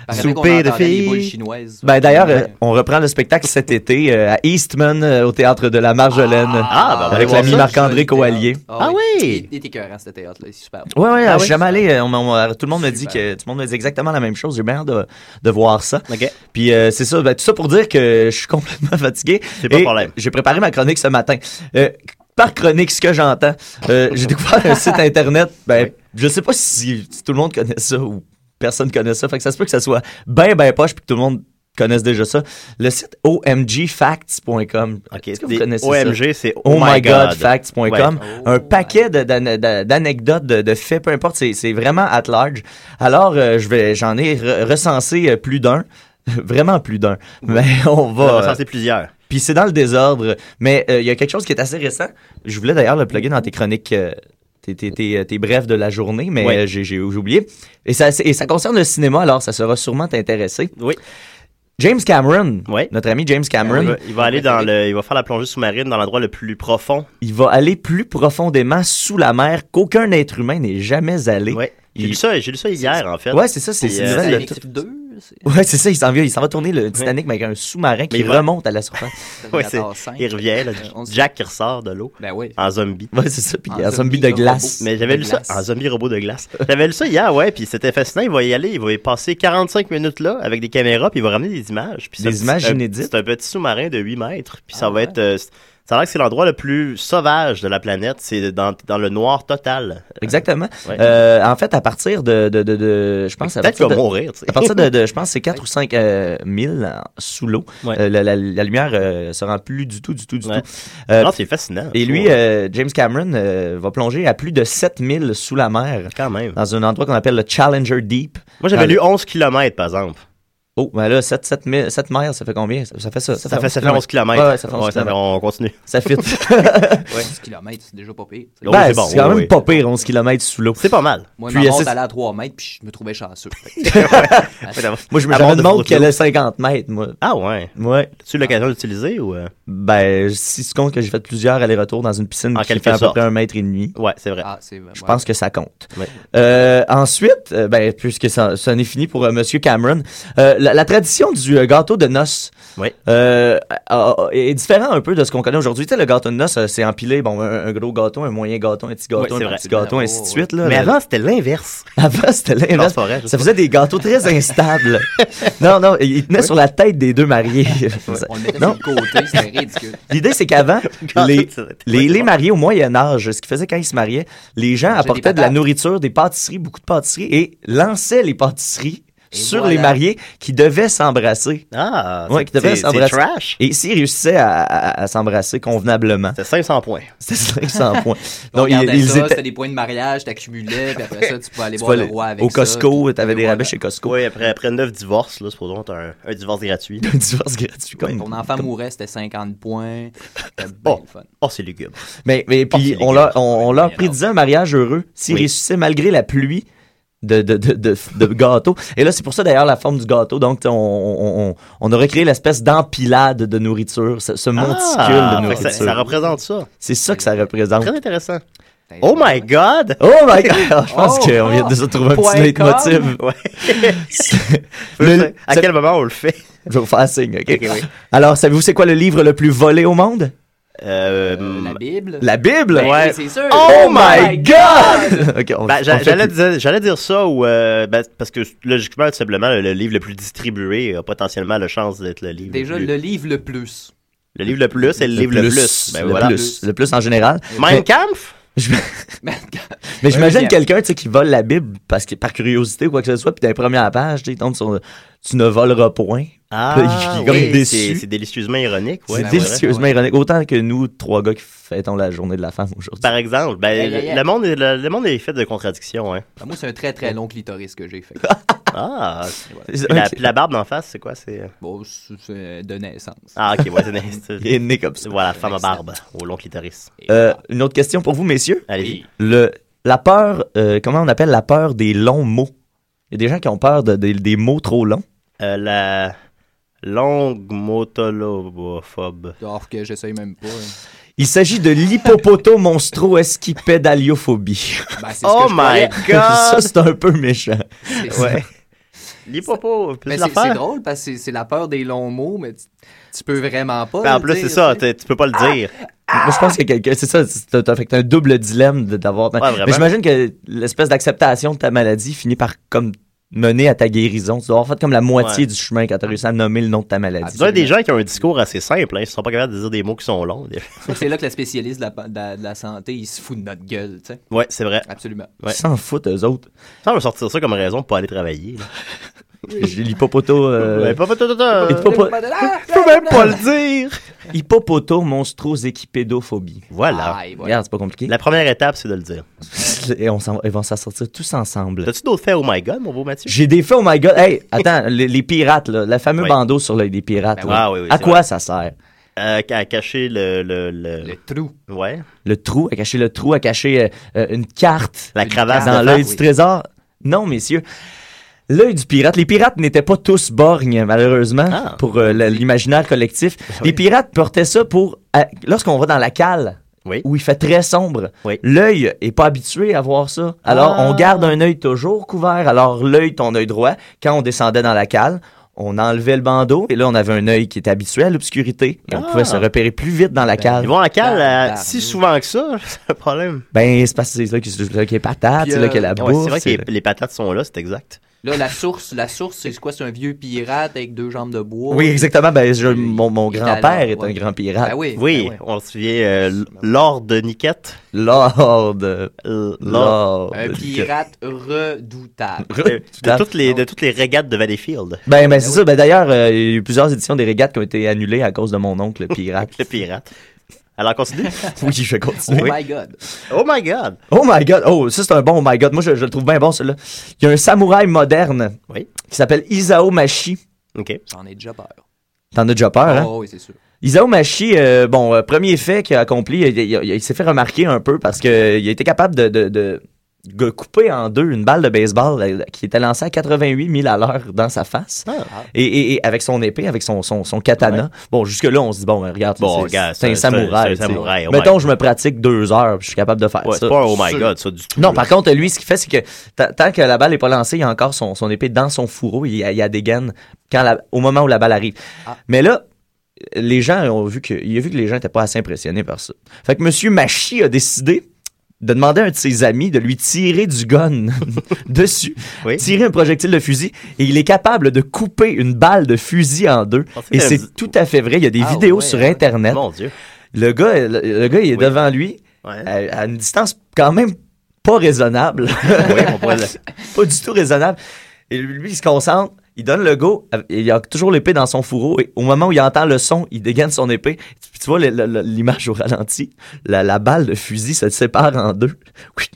Par exemple,
Souper
on
de
entendait les
filles.
boules chinoises.
Ben, d'ailleurs, euh,
Ouais.
on reprend le spectacle cet été euh, à Eastman, euh, au théâtre de la Marjolaine,
Ah, ben, on va aller
avec
voir
l'ami
ça.
Marc-André Coallier.
Ah oui!
Il, il est écœurant, ce théâtre-là. Il est super. beau.
Ouais, ouais,
Ah
je
ouais?
suis jamais allé. euh, on m'a- on m'a- tout le monde me dit
Super.
que tout le monde me dit exactement la même chose. J'ai bien hâte de, de voir ça.
OK.
Puis euh, c'est ça, ben, tout ça pour dire que je suis complètement fatigué.
C'est pas
Et
de problème.
J'ai préparé ma chronique ce matin. Euh, par chronique, ce que j'entends, euh, j'ai découvert un site internet. Ben, je sais pas si, si tout le monde connaît ça ou personne connaît ça. Fait que ça se peut que ça soit ben ben poche puis que tout le monde connaisse déjà ça. Le site omgfacts.com.
OK.
Est-ce que
des
vous connaissez ça?
OMG, c'est
Oh my God,
Ouais.
facts.com. Un paquet de- d'an- d'an- d'anecdotes, de, de faits, peu importe, c'est- c'est vraiment at large. Alors, euh, je vais, j'en ai re- recensé euh, plus d'un. vraiment plus d'un. Mais on
On va
va. euh,
recenser plusieurs.
Puis c'est dans le désordre. Mais euh, il y a quelque chose qui est assez récent. Je voulais d'ailleurs le plugger dans tes chroniques. euh, tes, tes, tes, euh, tes brefs de la journée, mais
Ouais.
euh, j'ai j'ai- j'ai oublié. Et ça, c'est- et ça concerne le cinéma, alors ça sera sûrement t'intéresser.
Oui.
James Cameron,
Ouais.
notre ami James Cameron,
Il va, il va aller dans le, il va faire la plongée sous-marine dans l'endroit le plus profond.
il va aller plus profondément sous la mer qu'aucun être humain n'est jamais allé.
Ouais. J'ai
Il-
lu ça, j'ai lu ça hier en fait.
Ouais, c'est ça, c'est
Puis,
c'est
euh,
une nouvelle de-
Titanic 2, c'est
Ouais, c'est ça, il s'en vient, il s'en va tourner le Titanic mais avec un sous-marin qui
il va-
remonte à la surface.
Ouais, c'est-
Terminator 5.
il revient, là,
Euh, on se-
Jack qui ressort de l'eau
Ben oui.
en zombie.
Ouais, c'est ça, puis il y a
En
un zombie
zombie,
de
un
glace.
Mais j'avais
De
lu
glace.
ça en zombie robot de glace. J'avais lu ça hier, ouais, puis c'était fascinant. Il va y aller, il va y passer 45 minutes là avec des caméras, puis il va ramener des images. Puis c'est
Des
un
images
petit- un-
inédites.
C'est un petit sous-marin de 8 mètres, puis ça
Ah
va
ouais.
être. euh, c- ça a l'air que c'est l'endroit le plus sauvage de la planète. C'est dans, dans le noir total.
Exactement.
Ouais.
Euh, en fait, à partir de, de, de, de- je pense à
Peut-être qu'il
partir
va
de,
mourir, tu sais.
à partir de, de- je pense que c'est 4 ou 5 euh, 1000 sous l'eau,
Ouais.
euh, la, la- la lumière euh, se rend plus du tout, du tout, du
Ouais.
tout. Euh,
Non, c'est fascinant.
et
je
lui,
trouve.
euh, James Cameron euh, va plonger à plus de 7000 sous la mer
quand même.
Ah, dans un endroit qu'on appelle le Challenger Deep.
Moi, j'avais
dans
lu 11 km, par exemple.
Oh, ben là, 7, 7, mi- 7 miles, ça fait combien? Ça, ça fait ça.
Ça fait- ça fait 11 kilomètres.
Ouais, ouais, ça fait 11
Ouais, ça fait-
kilomètres.
on continue.
Ça fit.
Ah,
10 km, c'est déjà pas pire.
Ben, c'est quand même pas pire, 11 km sous l'eau. C'est
pas mal.
Moi, ma montre,
c'est-
allait à 3 mètres, puis je me trouvais chanceux.
Moi, je me
Avant de
demande
foutre l'eau.
qu'elle est 50 mètres, moi.
Ah ouais?
Ouais.
Tu as eu l'occasion d'utiliser ou. euh?
Ben, si tu comptes que j'ai fait plusieurs allers-retours dans une piscine
En
qui
quelque
fait à peu
sorte.
près un mètre et demi.
Ouais, c'est vrai.
Ah,
Je pense que ça compte. Euh, ensuite, euh, ben, puisque ça, ça en est fini pour euh, Monsieur Cameron, euh, la, la tradition du euh, gâteau de noces euh, a- a- est différente un peu de ce qu'on connaît aujourd'hui. Tu sais, le gâteau de noces, euh, c'est empilé, bon, un, un gros gâteau, un moyen gâteau, un petit
Ouais,
gâteau,
c'est
un
vrai.
petit gâteau, ainsi de suite. Là,
Mais
Le-
avant, c'était l'inverse.
avant, c'était
Non,
l'inverse.
c'est pas vrai, je
Ça faisait des gâteaux très instables. non, non, il il tenait sur la tête des deux mariés.
On le mettait
Non.
sur le côté, c'était ridicule.
L'idée, c'est qu'avant, les, les, les mariés au Moyen Âge, ce qu'ils faisaient quand ils se mariaient, les gens apportaient de la
patates.
nourriture, des pâtisseries, beaucoup de pâtisseries, et lançaient les pâtisseries sur
voilà.
les mariés qui devaient s'embrasser.
Ah,
Ouais, qui devaient
c'est- c'est
s'embrasser.
trash.
Et s'ils réussissaient à, à- à s'embrasser convenablement.
C'était 500 points.
C'était 500 points.
On
Donc, ils,
regardait
ils
ça,
étaient...
c'était des points de mariage, t'accumulais, puis après ça, tu pouvais aller
tu
voir
vois,
le roi avec
au
ça,
Costco,
puis-
t'avais des rabais chez Costco.
Oui, après, après 9 divorces, là, supposons, t'as un, un divorce gratuit.
Un divorce gratuit, comme.
Ton enfant mourait, c'était 50 points. C'était bien
Oh,
le fun.
oh, c'est lugubre.
Mais, mais puis on leur, on, on leur prédisait un mariage heureux s'ils
Oui.
réussissaient malgré la pluie de, de, de, de, de gâteau. Et là, c'est pour ça d'ailleurs la forme du gâteau. Donc, on, on, on- on aurait créé l'espèce d'empilade de nourriture, ce, ce monticule
Ah,
de
fait que
nourriture.
ça, ça représente ça.
C'est ça que ça représente.
Très intéressant. Oh my God!
Oh my god! Je pense
Oh!
qu'on vient de se trouver un
Point
petit
com.
leitmotiv.
Faut juste- à quel moment on le fait?
Je vais vous faire un signe, OK?
Ok, oui.
Alors, savez-vous c'est quoi le livre le plus volé au monde?
la
Bible?
La Bible?
Ben oui,
ouais.
c'est sûr.
Oh
Oh
my
my
god! OK, on-
Ben,
on
j'a-
fait
J'allais
plus.
dire, j'allais dire ça ou euh, ben, parce que logiquement, tout simplement, le, le livre le plus distribué a potentiellement la chance d'être le livre.
Déjà,
le,
le
plus-
livre le plus.
le livre le plus, c'est le, livre le plus. Ben,
le,
voilà.
plus le plus en général.
Mein
Mais-
Kampf?
Ben,
Mais j'imagine
bien.
quelqu'un tu sais, qui vole la Bible parce que par curiosité ou quoi que ce soit, puis dans les premières pages, tu sais, il tombe sur Tu ne voleras point. Puis là, il est comme
Ah, oui, c'est-
déçu.
C'est délicieusement ironique. ben ouais,
C'est
vrai.
délicieusement ironique. Autant que nous, trois gars qui fêtons la journée de la femme aujourd'hui.
Par exemple, ben, le- le, monde est, le, le monde est fait de contradictions. Hein.
Ben, Moi, c'est un très très long clitoris que j'ai fait.
Ah, c'est-
Voilà.
Puis la,
Ok.
puis la barbe d'en face, c'est quoi c'est...
Bon, c'est c'est de naissance.
Ah, ok, ouais, c'est nice.
Il est né comme ça.
Voilà, femme à barbe, au long clitoris.
Euh, une autre question pour vous, messieurs.
Allez-y.
Le, la peur, euh, comment on appelle la peur des longs mots Il y a des gens qui ont peur de- des- des mots trop longs.
Euh, la longue motolobophobe.
Or que j'essaye même pas. hein.
Il s'agit de l'hippopotomonstro-esquipédaliophobie.
Ben, c'est ce Oh que je my croyais. God!
Ça, c'est un peu méchant.
C'est- Ouais.
L'hippopo, plus
Mais c'est
l'affaire.
c'est drôle parce que c'est- c'est la peur des longs mots, mais tu, tu peux vraiment pas.
Ben, en
le
plus,
dire,
c'est ça,
tu sais.
t'es- tu peux pas le dire.
Moi, je pense que quelqu'un, c'est ça, c'est- t'as, t'as- fait que t'as un double dilemme de- d'avoir.
Ouais, vraiment.
mais j'imagine que l'espèce d'acceptation de ta maladie finit par comme mener à ta guérison. Tu dois avoir fait comme la moitié
Ouais.
du chemin quand t'as réussi à nommer le nom de ta maladie.
Tu as des gens qui ont un discours assez simple, hein, ils sont pas capables de dire des mots qui sont longs. déjà.
C'est là que la spécialiste de la, de la- de la santé, il se fout de notre gueule, tu sais.
ouais, c'est vrai.
Absolument.
Ouais.
Ils s'en foutent, eux autres.
Ça, on va sortir ça comme raison pour pas aller travailler. là.
J'ai l'hippopoto. euh,
Ouais, pas- pas- pas- pas-
hippopo-
Je peux même pas le dire.
Hippopoto monstros équipédophobie.
Voilà.
Regarde, c'est pas compliqué.
La première étape, c'est de le dire.
Et on s'en- ils vont s'en sortir tous ensemble.
T'as-tu d'autres faits, oh my god, mon beau Mathieu?
J'ai des faits, oh my god. Hey, attends, les, les pirates, là, le fameux
Oui.
bandeau sur l'œil des pirates.
Ben
là.
oui, oui, oui,
à
c'est
quoi
vrai.
ça sert?
Euh, à cacher le. Le, le...
trou.
Ouais.
Le trou, à cacher le trou, à cacher euh, euh, une carte.
La cravache
dans
de
l'œil
face.
du trésor. Non, messieurs. L'œil du pirate. Les pirates n'étaient pas tous borgnes, malheureusement,
Ah.
pour euh, le- l'imaginaire collectif. Les pirates portaient ça pour. à- Lorsqu'on va dans la cale, où il fait très sombre, l'œil est pas habitué à voir ça. Alors,
Ah.
on garde un œil toujours couvert. Alors, l'œil, ton œil droit, quand on descendait dans la cale, on enlevait le bandeau et là, on avait un œil qui était habitué à l'obscurité. Et
Ah.
On
Ben
pouvait se repérer plus vite dans la cale.
Ils vont à cale euh, si souvent que ça, c'est un problème.
Ben, c'est parce que c'est là qu'il c'est là qu'il y a patate,
Puis,
c'est là qu'il y a
euh,
la
Ouais,
bourse.
c'est vrai que
c'est
les,
là-
les patates sont là, c'est exact.
Là, la source, la source, c'est quoi? C'est un vieux pirate avec deux jambes de bois.
Oui, exactement. Ben, je- mon, mon
il est
grand-père
allé,
est un
ouais.
grand pirate.
Ben oui,
Oui,
ben oui.
on se souvient, euh, Lord de Niquette.
Lord. euh, Lord.
Ben Un pirate redoutable.
euh, De, de toutes les, de toutes les régates de Valleyfield.
Ben, ben, c'est ça. Ben, d'ailleurs, euh, il y a eu plusieurs éditions des régates qui ont été annulées à cause de mon oncle pirate.
Le pirate. Alors, continue.
oui, je vais
Oh
continuer.
my god.
oh my god!
Oh my god, oh, ça c'est un bon oh my god. Moi je, je le trouve bien bon celui-là. Il y a un samouraï moderne
Oui.
qui s'appelle Isao Mashi.
OK.
J'en ai déjà peur.
T'en as déjà peur,
Ah,
hein?
Oh, oui, c'est sûr.
Isao Machi, euh, bon, euh, premier fait qu'il a accompli, il, il- il- il s'est fait remarquer un peu parce qu'il a été capable de, de- de- de couper en deux une balle de baseball euh, qui était lancée à 88 000 à l'heure dans sa face.
Ah.
Ah,
Et, et- et avec son épée, avec son, son, son katana. Bon, jusque-là, on se dit, bon, euh, regarde,
Bon,
c'est-
regarde,
c'est un
c'est- c'est un
samouraï. tu sais.
samouraï, oh my
Mettons, je me pratique deux heures, puis je suis capable de faire
Ouais,
ça.
c'est pas un oh my
Sûr.
god, ça, du tout.
Non, par contre, lui, ce qu'il fait, c'est que ta- tant que la balle n'est pas lancée, il a encore son, son épée dans son fourreau, il y a, il y a des gaines quand la- au moment où la balle arrive.
Ah.
Mais là, les gens ont vu que, il a vu que les gens n'étaient pas assez impressionnés par ça. Fait que M. Machi a décidé de demander à un de ses amis de lui tirer du gun dessus, tirer un projectile de fusil, et il est capable de couper une balle de fusil en deux.
Pensez
Et
que
c'est
la-
tout à fait vrai. Il y a des
Ah
vidéos
ouais,
sur
ouais.
Internet.
Mon Dieu.
Le gars, le, le gars, il est devant lui,
Euh,
à, à une distance quand même pas raisonnable. pas du tout raisonnable. Et lui, il se concentre, il donne le go, il a toujours l'épée dans son fourreau, et au moment où il entend le son, il dégaine son épée. Puis tu vois le- le- le- l'image au ralenti, la, la balle de fusil se sépare en deux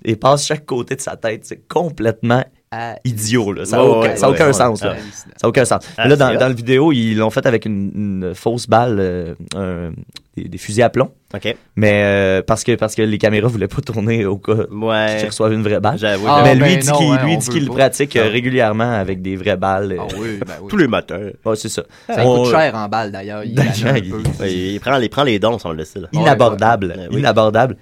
et passe chaque côté de sa tête. C'est complètement
Ah.
idiot, là. Ça n'a
Ouais,
aucun,
ouais,
ça a aucun
ouais,
sens,
ouais.
là. Ça a aucun sens.
Ah,
là,
c'est
dans,
hot.
dans le vidéo, ils l'ont fait avec une, une fausse balle, euh, un- des, des fusils à plomb.
OK.
Mais euh, parce, que, parce que les caméras voulaient pas tourner au cas
ouais.
qu'ils reçoivent une vraie balle.
Ben, J'avoue,
mais
j'avoue.
lui
Ah,
dit
ben
qu'il
non, hein,
lui
on
dit
veut
qu'il
pas.
pratique euh,
Ah.
régulièrement avec des vraies balles.
Ah
Tous les matins.
Ouais, c'est ça.
ben
Oh,
Ça
On-
coûte cher en balle, d'ailleurs. Il gagne un peu.
Ouais, il, prend, les- prend les dons, on le sait. là.
Inabordable.
Ouais, ouais.
Inabordable.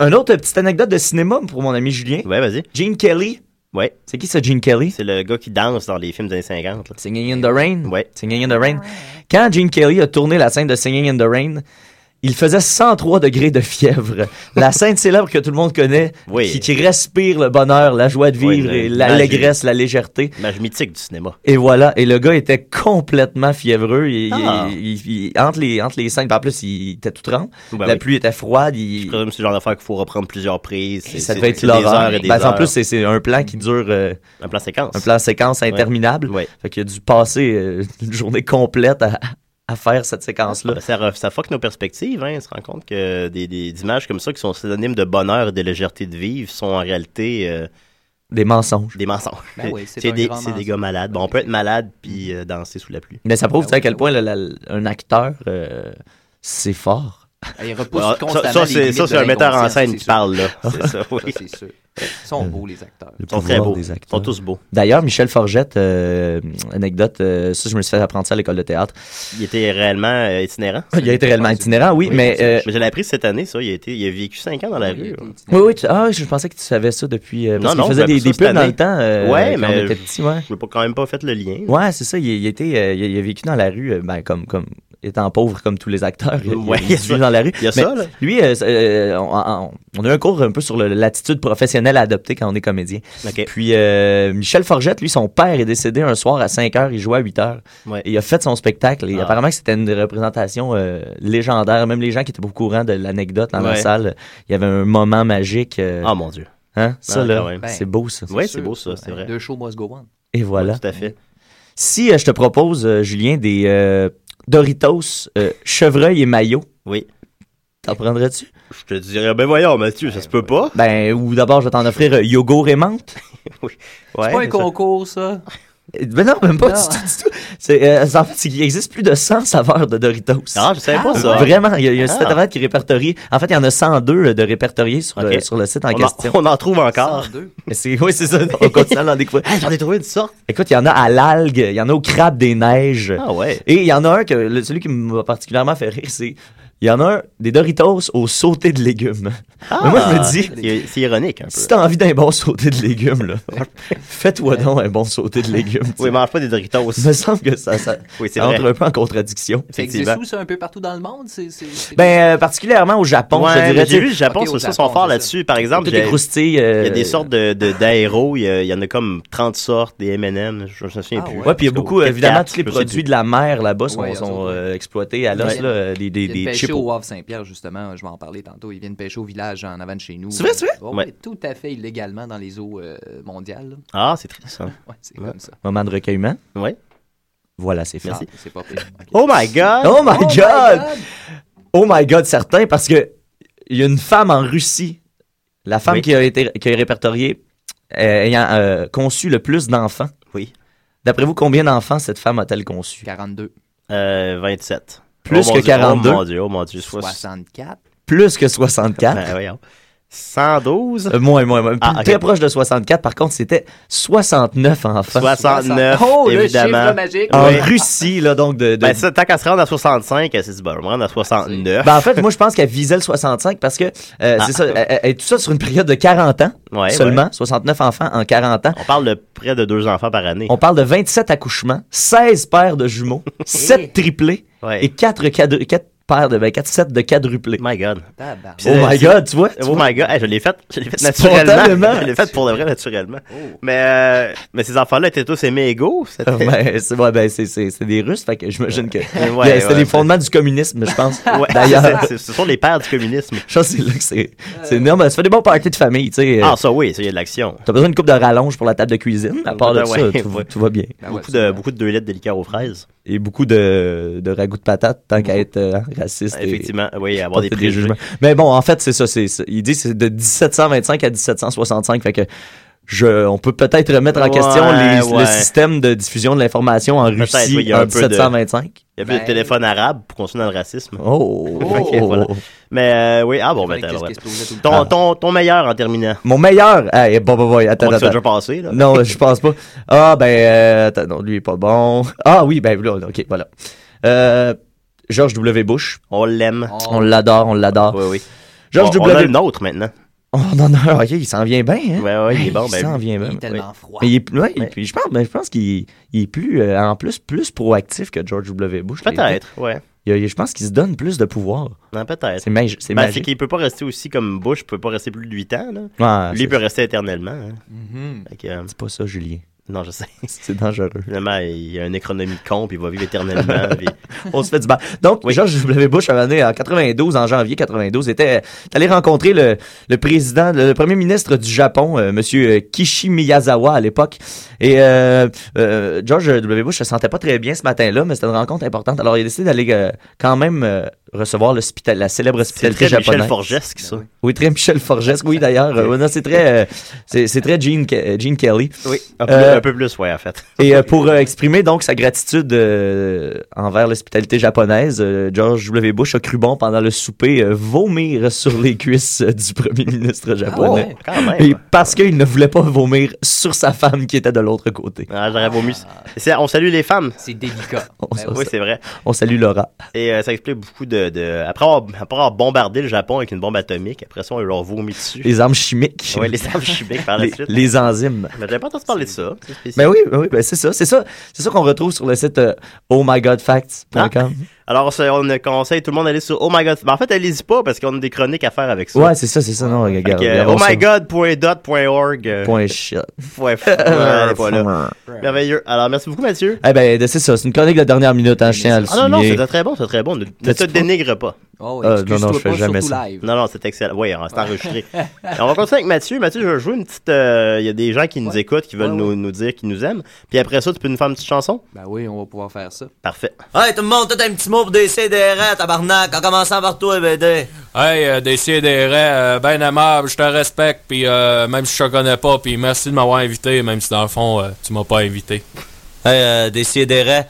Un autre petite anecdote de cinéma pour mon ami Julien.
Ouais, vas-y.
Gene Kelly.
Ouais.
C'est qui ça, Gene Kelly?
C'est le gars qui danse dans les films des années 50. là.
Singing in the Rain.
Ouais.
Singing in the Rain. Quand Gene Kelly a tourné la scène de Singing in the Rain, il faisait 103 degrés de fièvre. La scène célèbre que tout le monde connaît,
Oui.
qui, qui respire le bonheur, la joie de
Oui,
vivre, et
une
l'allégresse, la légèreté.
Image mythique du cinéma.
Et voilà, et le gars était complètement fiévreux. Il,
Ah.
il- il- il- entre, les, entre les scènes, en plus, il était tout tremble.
Ben
la
oui.
pluie était froide. il-
Je présume que c'est le genre d'affaire qu'il faut reprendre plusieurs prises. C'est-
ça
c'est-
devait être
c'est des
l'horreur.
heures et des
Ben, en
heures.
plus, c'est- c'est un plan qui dure. euh,
un plan séquence.
un plan séquence
Ouais.
interminable.
Ouais.
Fait qu'il a dû passer euh, une journée complète à, à faire cette séquence-là.
Ben, ça, ref- ça fuck nos perspectives. Hein. On se rend compte que des, des images comme ça qui sont synonymes de bonheur et de légèreté de vivre sont en réalité euh,
Des mensonges.
des mensonges.
Ben oui, c'est un
des,
grand
c'est des
mensonge.
gars malades. Bon, on peut être malade puis euh, danser sous la pluie.
Mais ça prouve tu sais, à quel point le- la- un acteur, euh, c'est fort.
Il repousse
Ah, ça-
constamment
ça,
les
c'est
limites
ça,
de
c'est un metteur en
l'inconscient,
scène
c'est
qui
sûr.
parle. Euh, Là. C'est ça, oui.
Ça, c'est sûr. Ils sont beaux, les acteurs.
Le
Ils sont
pouvoir
très beaux.
des
Ils
acteurs.
sont tous beaux.
D'ailleurs, Michel Forgette, euh, anecdote, euh, ça, je me suis fait apprendre ça à l'école de théâtre.
Il était réellement euh, itinérant.
Ah, Il a été réellement itinérant, oui,
Oui,
mais. euh,
Mais je l'ai appris cette année, ça. Il a, été, il a vécu 5 ans dans la rue. ouais.
oui, oui, tu- ah, je pensais que tu savais ça depuis. euh, parce
Non,
qu'il
non,
faisait
j'ai
des,
appris ça
des
cette
pubs dans
année.
le temps. euh,
ouais,
quand
mais.
on était petits, ouais.
Je n'ai pas- quand même pas fait le lien.
Ouais, c'est ça. Il, il était, euh, il, il a vécu dans la rue, euh, ben, comme, comme étant pauvre comme tous les acteurs. Il, il a
Ouais,
dû
il y a
vivre
ça.
dans la rue.
Il y a
Mais
ça, là.
Lui, euh, c'est, euh, on, on- on a eu un cours un peu sur le- l'attitude professionnelle à adopter quand on est comédien.
Ok.
Puis euh, Michel Forgette, lui, son père est décédé un soir à 5 heures, il jouait à 8 heures.
Ouais.
Et il a fait son spectacle et
Ah.
apparemment que c'était une représentation euh, légendaire. Même les gens qui étaient pas au courant de l'anecdote dans la
Ouais.
salle, il y avait un moment magique. euh,
Ah, mon Dieu.
hein, ça,
Ah, quand
là,
même.
c'est beau, ça.
Oui, c'est
sûr.
beau, ça. C'est vrai.
Deux shows must go on.
Et voilà.
Tout à fait.
Si euh, je te propose, euh, Julien, des euh, Doritos, euh, chevreuil et maillot,
Oui.
t'en prendrais-tu?
Je te dirais, ben voyons, Mathieu, ça se peut pas.
Ben, ou d'abord, je vais t'en offrir euh, yogourt et menthe.
Ouais,
C'est pas un
c'est ça.
concours, ça.
Euh, Ben non, même pas
Non.
du tout, du tout. C'est, euh, en fait, il existe plus de 100 saveurs de Doritos.
Ah, je savais pas ça.
Vraiment, il y a, il y a un site
Ah.
internet qui répertorie. En fait, il y en a 102 de répertoriés sur,
Ok.
euh, sur le site en
On en,
question.
on en trouve encore.
102.
Mais c'est- oui, c'est ça. On continue à en découvrir.
J'en ai trouvé une sorte.
Écoute, il y en a à l'algue, il y en a au crabe des neiges.
Ah ouais.
Et il y en a un que le- celui qui m'a particulièrement fait rire, c'est il y en a un des Doritos au sauté de légumes. Mais moi je me dis
C'est- C'est ironique Ah! un
si
peu.
t'as envie d'un bon sauté de légumes là, fais-toi donc un bon sauté de légumes.
Oui, mange pas des Doritos.
Il me semble que ça, ça,
Oui, c'est
ça entre
vrai.
un peu en contradiction.
Ça existe où, ça, un peu partout dans le monde? C'est, c'est, c'est-
Ben euh, particulièrement au Japon,
Ouais,
je
mais
dirais.
j'ai vu le Japon,
Ok, au
ça, ça,
Japon,
sont forts
c'est ça.
là-dessus. Par exemple,
Tout est
j'ai- il
croustille.
y a des sortes de- de- d'aéros, il y a- il y en a comme 30 sortes, des M&M, je je me souviens
Ah
plus.
ouais.
Ouais, puis il y
Parce que
a beaucoup, euh,
Kit
évidemment,
Kat,
tous les
je sais plus.
produits de la mer là-bas sont,
Ouais, eux
sont
autres, ouais.
euh, exploités à l'os,
Ouais.
là, euh, des, des,
Ils viennent
des
pêcher
chips
au Havre Saint-Pierre, justement. Je vais en parler tantôt. Ils viennent pêcher au village en avant de chez nous.
C'est vrai, c'est vrai?
Oh, oui,
Ouais.
Tout à fait illégalement dans les eaux euh, mondiales. là.
Ah, c'est triste ça.
Ouais, c'est
Ouais.
comme ça.
Moment de recueillement.
Ouais.
Voilà, c'est fait.
Ah, c'est pas pire. Ok.
Oh my god!
Oh my god! Oh my god, certain, parce que il y a une femme en Russie, la femme
Oui.
qui a été qui a répertoriée euh, ayant euh, conçu le plus d'enfants.
Oui.
D'après vous, combien d'enfants cette femme a-t-elle conçu
42.
Euh, 27.
Plus
Oh, mon
que
Dieu,
42.
Oh mon dieu, oh mon dieu. soix-
64.
Plus que 64.
Ben, voyons. 112?
Euh, moins, moins, moins.
Ah, ok.
Très proche de 64. Par contre, c'était 69 enfants.
69,
Oh, le
évidemment.
chiffre magique.
En
Oui.
Russie, là, donc, de... de-
Ben, ça, tant qu'à se rendre à 65, elle s'est dit, ben, je vais me
Ah,
rendre à 69.
Ben, en fait, moi, je pense qu'elle visait le 65 parce que, euh, c'est ça, elle- elle- elle- tout ça sur une période de 40 ans
Ah. Ouais,
seulement, 69 enfants en 40 ans.
On parle de près de deux enfants par année.
On parle de 27 accouchements, 16 paires de jumeaux, 7 triplés
Ouais.
et 4, paires de, ben, 4 sets de quadruplés.
My God.
Tabarnak.
Puis
Oh
c'est-
my God, tu vois? tu
Oh
vois?
my god, Hey, je l'ai fait, je l'ai fait
Spontanément. Oh.
naturellement. Je l'ai fait pour de vrai naturellement. Mais, euh, mais ces enfants-là étaient tous aimés égaux. c'était-
Ah, ben, c'est ouais, ben, c'est- c'est- c'est des Russes, fait que j'imagine que
Ouais,
Yeah, c'était
ouais,
les fondements du communisme, je pense.
Ouais,
D'ailleurs,
c'est- c'est- ce sont les pères du communisme.
je pense que c'est là que c'est c'est énorme. Ça fait des bons parties de famille, tu sais.
Euh. Ah, ça oui, ça, il y a de l'action.
T'as besoin d'une coupe de rallonge pour la table de cuisine. À part de
Ouais,
ça,
ouais.
tout, va- tout va bien.
Ben ouais,
Beaucoup
c'est
de,
vrai.
beaucoup de deux litres de liqueur aux fraises.
Et beaucoup de, de ragoût de patates, tant qu'à être euh, raciste. et-
Effectivement, oui, avoir des
porter
préjugés.
Mais bon, en fait, c'est ça. c'est c'est- Il dit que c'est de 1725 à 1765. Fait que je, on peut peut-être remettre en
Ouais,
question les-
ouais.
le système de diffusion de l'information en
Peut-être,
Russie
oui, il y a
en
un peu de-
1725.
Il y a plus
Ben-
de téléphone arabe pour continuer dans le racisme.
Oh!
Ok, voilà. Mais euh, oui, ah bon, ben
Qu'est-ce
t'as le droit.
qui explosait tout le
ton,
Ah.
ton,
temps?
ton meilleur en terminant.
Mon meilleur. Hey, bon, bon, bon, attends,
On s'est
attends.
déjà passé, là.
Non, je pense pas. Ah, ben, euh, attends, non, lui, il est pas bon. Ah oui, ben, là, ok, voilà. Euh, George W. Bush.
On l'aime.
Ah.
On l'adore, on l'adore.
Oui, oui.
George
on, on a
W.
Oh. le nôtre maintenant.
Oh, non, non, ok, il s'en vient bien, hein?
Ouais, ouais, il est bon,
Il
ben,
s'en vient bien.
Il est
oui.
tellement froid.
euh, Mais il est plus- ouais, et puis je pense, ben, je pense qu'il il est plus, euh, en plus, plus proactif que George W. Bush.
Peut-être, ouais.
Il y a- il y a- je pense qu'il se donne plus de pouvoir.
Non, peut-être.
C'est magi- c'est
Ben, c'est
magique.
qu'il peut pas rester aussi comme Bush, peut pas rester plus de 8 ans, là.
Ouais,
Lui,
Ah, c'est-
il peut rester éternellement. hein.
Mhm.
Fait que, euh,
c'est pas ça, Julien.
non, je sais.
C'est dangereux.
Finalement, il y a une économie de con, puis il va vivre éternellement. puis-
On se fait du mal. Donc, George W. Bush, à l'année en 92, en janvier 92, était euh, allé rencontrer le, le président, le, le premier ministre du Japon, euh, Monsieur euh, Kishi Miyazawa à l'époque. Et euh, euh, George W. Bush se sentait pas très bien ce matin-là, mais c'était une rencontre importante. Alors, il a décidé d'aller euh, quand même euh, recevoir l'hospital, la célèbre
C'est
hospitalité
très Michel
japonaise.
Forgesque, ça.
Oui, très Michel Forgesque. Oui, d'ailleurs, euh, ouais, non, c'est très, euh, c'est c'est très Gene, Ke- Gene Kelly.
Oui. Un peu,
Euh,
un peu plus, ouais, en fait.
Et euh, pour euh, exprimer donc sa gratitude euh, envers l'hospitalité japonaise, euh, George W. Bush a cru bon pendant le souper euh, vomir sur les cuisses euh, du premier ministre
Ah
japonais.
Quand
Et
même.
parce qu'il ne voulait pas vomir sur sa femme qui était de l'autre côté.
Ah, J'aurais vomi. C'est- On salue les femmes.
C'est délicat.
On,
Ben
on-
Oui, c'est vrai.
on salue Laura.
Et euh, ça explique beaucoup de. de- Après, avoir, après avoir bombardé le Japon avec une bombe atomique, après ça, on leur vomi dessus.
Les armes chimiques,
Ouais, les armes chimiques par la
les-
suite.
les enzymes.
Mais j'avais pas entendu parler de ça. C'est spécial.
Ben oui, ben oui, ben c'est ça, c'est ça, c'est ça qu'on retrouve sur le site euh, ohmygodfacts.com.
Alors, ça, on conseille tout le monde d'aller sur Oh My God. Ben, en fait, allez-y pas parce qu'on a des chroniques à faire avec ça.
Ouais, c'est ça, c'est ça, non,
Fait
regarde.
que,
regarde,
oh
on
my
se-
god.dot.org. euh,
Point shit.
point f- ouais, elle est pas là. Merveilleux. Alors, merci beaucoup, Mathieu.
Eh ben, de- c'est ça, c'est une chronique de dernière minute, hein, je tiens à le
Ah non, non,
souligner.
c'était très bon, c'était très bon. Ne, ne
T'as-tu
te
pas-
dénigre pas.
Oh,
Euh, non, non,
excuse-toi
je fais
pas,
jamais
surtout
ça.
live.
Non, non, c'est excellent. Oui, on s'est enregistré. on va continuer avec Mathieu. Mathieu, je vais jouer une petite. euh, Il y a des gens qui nous
Ouais.
écoutent, qui veulent
Ouais,
nous,
ouais.
nous dire qu'ils nous aiment. Puis après ça, tu peux nous faire une petite chanson.
Ben oui, on va pouvoir faire ça.
Parfait.
Hey, tout le monde, tout un petit mot pour des CDR, tabarnak, en commençant par toi, BD.
Hey, euh, des CDR, ben aimable, je te respecte, puis euh, même si je te connais pas, puis merci de m'avoir invité, même si dans le fond, euh, tu m'as pas invité.
Hey, euh, des CDR,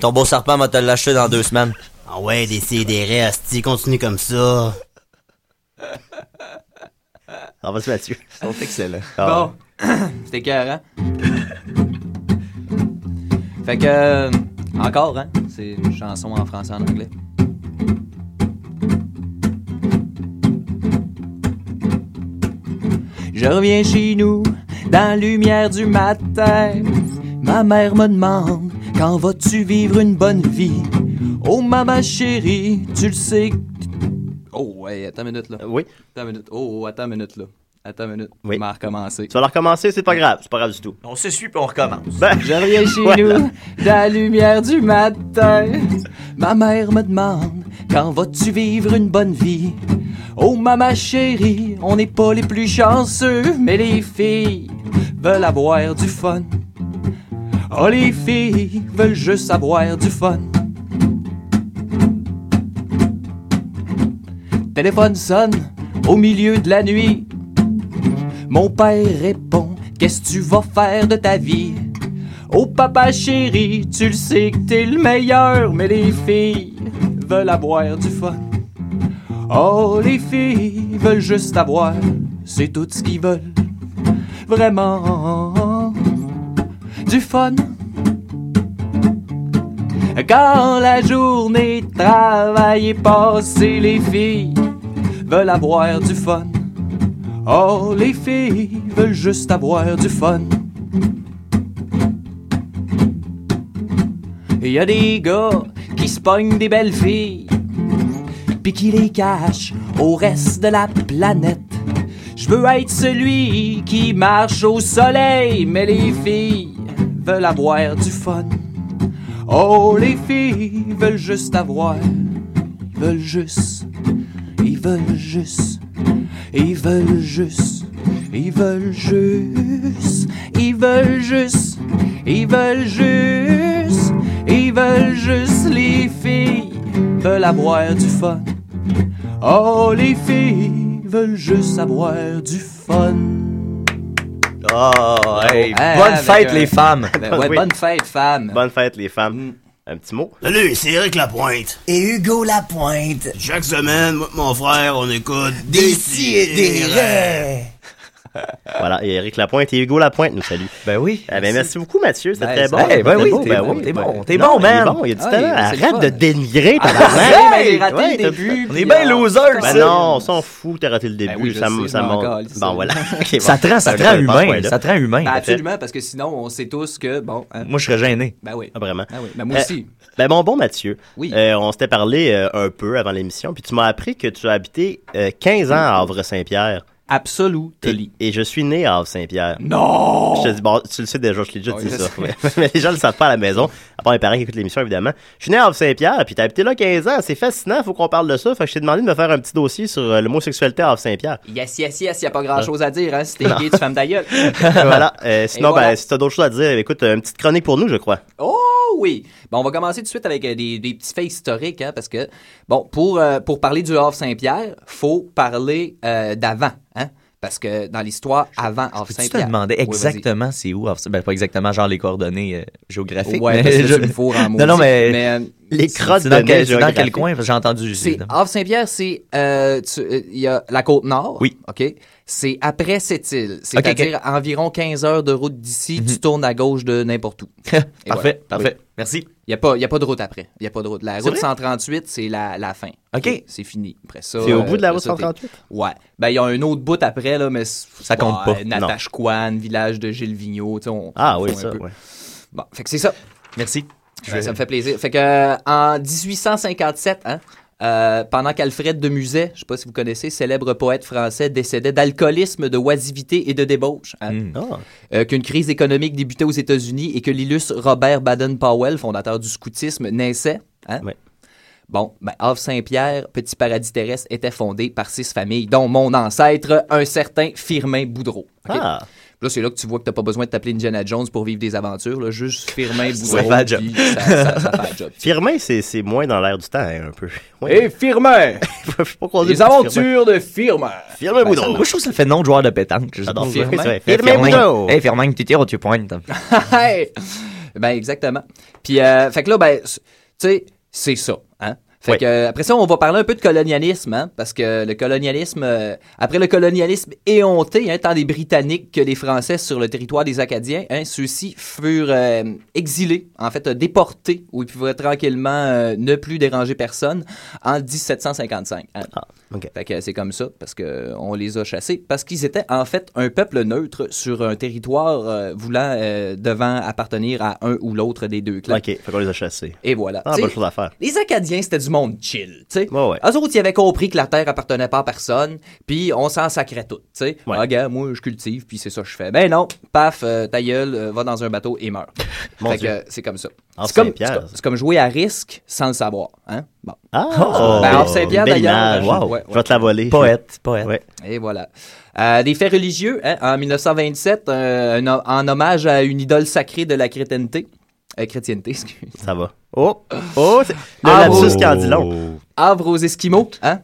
ton beau serpent va te le lâcher dans deux semaines. Ah ouais, des CDR, Asti, continue comme ça.
Alors, Ah, vas-y, Mathieu.
Ils sont excellents.
Ah,
Bon, c'était cœur, hein? Fait que, euh, encore, hein? C'est une chanson en français en anglais. Je reviens chez nous, dans la lumière du matin. Ma mère me demande, quand vas-tu vivre une bonne vie? Oh, maman chérie, tu le sais. que- Oh, ouais, attends une minute, là.
euh, Oui.
Attends une minute. Oh, oh, attends une minute, là. Attends une minute.
Oui.
On va recommencer.
Tu vas leur recommencer, c'est pas grave. C'est pas grave du tout.
On s'essuie puis on recommence.
Ben,
Je reviens chez
Voilà.
nous, dans la lumière du matin. Ma mère me demande, quand vas-tu vivre une bonne vie? Oh, maman chérie, on n'est pas les plus chanceux, mais les filles veulent avoir du fun. Oh, les filles veulent juste avoir du fun. Téléphone sonne au milieu de la nuit. Mon père répond Qu'est-ce que tu vas faire de ta vie Oh papa chéri, tu le sais que t'es le meilleur, mais les filles veulent avoir du fun. Oh les filles veulent juste avoir, c'est tout ce qu'ils veulent. Vraiment du fun. Quand la journée de travail est passée, les filles veulent avoir du fun. Oh, les filles veulent juste avoir du fun. Il y a des gars qui se pognent des belles filles, puis qui les cachent au reste de la planète. Je veux être celui qui marche au soleil, mais les filles veulent avoir du fun. Oh, les filles veulent juste avoir, ils veulent juste, ils veulent juste, ils veulent juste, ils veulent juste, ils veulent juste, ils veulent juste, ils veulent juste, les filles veulent avoir du fun. Oh, les filles veulent juste avoir du fun.
Oh, hey,
Hein,
bonne
avec
fête,
un-
les femmes.
Ben ouais, Bonne fête, femmes.
Ah, Bonne fête, les
Mm.
femmes. Un petit mot.
Salut, c'est Eric Lapointe.
Et Hugo Lapointe.
Chaque semaine, moi et mon frère, on écoute
rêves.
Voilà, et Eric Lapointe et Hugo Lapointe nous saluent.
Ben oui.
Ben, merci beaucoup, Mathieu. C'est
Ben,
très
c'est-
bon.
hey,
C'était
ben oui,
beau,
t'es
ben
bon,
oui,
t'es
ben-
bon, t'es
Non,
bon,
il est
man.
bon, il y a du
Ah,
talent.
il- c'est le
Arrête
fun.
de dénigrer,
Ah,
tabarnak.
c'est- ben, j'ai
raté le
t'as-
début,
On est bien
Ben
losers, ça.
non, on s'en fout, t'as raté le début.
Ben oui, je
ça
sais,
me-
je
ça
m'en
me-
calisse.
Bon, voilà. Ok,
Ça te
bon.
rend- ça te
Ben, Je
rend
pense pas,
humain,
là.
ça te rend humain.
Ben, absolument, parce que sinon, on sait tous que, bon... hein.
Moi, je serais gêné.
Ben oui.
Ah, vraiment.
Ah oui, ben moi
Euh,
aussi.
ben bon, bon Mathieu,
Oui.
Euh, on s'était parlé euh, un peu avant l'émission, puis tu m'as appris que tu as habité euh, 15 ans à Havre-Saint-Pierre.
Absolument.
Et, et je suis né à Havre-Saint-Pierre.
Non! Ah
Je te dis, bon, tu le sais déjà, je l'ai déjà
Oui,
dit
je
ça.
sais.
Mais, mais les gens le savent pas à la maison, à part les parents qui écoutent l'émission, évidemment. Je suis né à Havre-Saint-Pierre, puis t'as habité là 15 ans, c'est fascinant, faut qu'on parle de ça. Fait que je t'ai demandé de me faire un petit dossier sur euh, l'homosexualité à Havre-Saint-Pierre.
Yes, yes, yes, y a pas grand-chose à dire, hein. Si t'es gay, tu fais ta gueule.
Ah. voilà. Euh, sinon,
Et voilà.
ben, si t'as d'autres choses à dire, écoute, euh, une petite chronique pour nous, je crois.
Oh oui! Bon, on va commencer tout de suite avec euh, des, des petits faits historiques, hein, parce que, bon, pour, euh, pour parler du Havre-Saint-Pierre, faut parler euh, d'avant, hein? Parce que dans l'histoire, avant
Peux-tu
Havre-Saint-Pierre...
te demander
Oui, vas-y.
exactement c'est où? Havre- Ben, pas exactement, genre les coordonnées euh, géographiques.
Ouais,
mais
parce que ça, tu me fourres en
Non, non,
maudit.
mais...
Mais, euh,
Les
c'est-
crottes
c'est
de
dans
nez
quel, c'est dans quel
géographiques.
coin? J'ai entendu...
C'est Havre-Saint-Pierre, c'est euh, tu- euh, il y a la côte nord.
Oui.
Ok. C'est après cette île, c'est-à-dire environ 15 heures de route d'ici.
Mm-hmm.
Tu tournes à gauche de n'importe où. Et voilà.
Parfait, parfait. Merci.
Il n'y a, pas- il y a pas de route après. Il y a pas de route. La
C'est
route
vrai?
138, c'est la, la fin.
OK.
C'est fini. Après ça.
C'est au
euh,
bout de la
après
route
ça, t'es-
138?
Ouais. Ben, il y a un autre bout après, là, mais. Ça
compte pas. Non.
Natashquan, village de Gilles Vigneault. tu sais, on-
Ah
on
oui,
fout un
ça,
peu.
ouais.
Bon, fait que c'est ça.
Merci.
Ouais, Ça me fait plaisir. Fait que euh, en 1857, hein, euh, pendant qu'Alfred de Musset, je sais pas si vous connaissez, célèbre poète français, décédait d'alcoolisme, de oisivité et de débauche. hein.
Ah.
Euh, qu'une crise économique débutait aux États-Unis et que l'illustre Robert Baden-Powell, fondateur du scoutisme, naissait. hein.
Ouais.
Bon, ben, Havre-Saint-Pierre, petit paradis terrestre, était fondé par six familles, dont mon ancêtre, un certain Firmin Boudreau. OK?
Ah.
Là, c'est là que tu vois que t'as pas besoin de t'appeler Indiana Jones pour vivre des aventures. Là. Juste Firmin Boudreau.
fait la job.
puis Ça, ça- ça fait la job.
Firmin, c'est c'est moins dans l'air du temps, hein, un peu.
Et Eh, Firmin!
faut faut pas croiser
Les
le petit
aventures de Firmin!
Firmin Firmin Boudreau.
Moi, je trouve que ça fait nom de joueur de pétanque. Je sais
J'adore
pas.
Firmin, c'est vrai.
Hey,
Firmin Boudreau.
Hey, Firmin, tu tires ou tu pointes?
Hey! ben, exactement. Puis, euh, fait que là, ben, c- tu sais, c'est ça. Hein? Fait
Oui.
que, euh, après ça, on va parler un peu de colonialisme, hein, parce que le colonialisme, euh, après le colonialisme éhonté, hein, tant des Britanniques que des Français sur le territoire des Acadiens, hein, ceux-ci furent euh, exilés, en fait, euh, déportés, où ils pouvaient tranquillement euh, ne plus déranger personne en 1755. hein.
Ah, ok.
Fait que c'est comme ça, parce qu'on les a chassés, parce qu'ils étaient en fait un peuple neutre sur un territoire euh, voulant euh, devant appartenir à un ou l'autre des deux clans.
Ok, fait qu'on les a chassés.
Et voilà.
Ah,
T'sais,
bonne chose à faire.
les Acadiens, c'était du monde chill, tu sais.
Ouais, ouais.
Eux autres, ils avaient compris que la terre appartenait pas à personne, puis on s'en sacrait tout, tu sais.
Ouais.
Ah, gars, moi, je cultive, puis c'est ça que je fais. Ben non, paf, euh, ta gueule, euh, va dans un bateau et meurt.
Mon
fait
Dieu.
que euh, c'est comme ça.
En
C'est comme,
Saint-Pierre,
c'est comme-
ça.
c'est comme jouer à risque sans le savoir, hein. Bon.
Ah,
Ben, en Saint-Pierre,
belle
d'ailleurs,
image.
euh, ouais,
Je vais te la voler.
Poète, poète.
Ouais.
Et voilà. Euh, des faits religieux, hein, en 1927, euh, un ho- en hommage à une idole sacrée de la chrétienté. euh, chrétienté, excuse.
Ça va. Oh, oh, c'est- le
Ah,
lapsus
oh.
qui en dit long.
Havre aux Esquimaux, hein?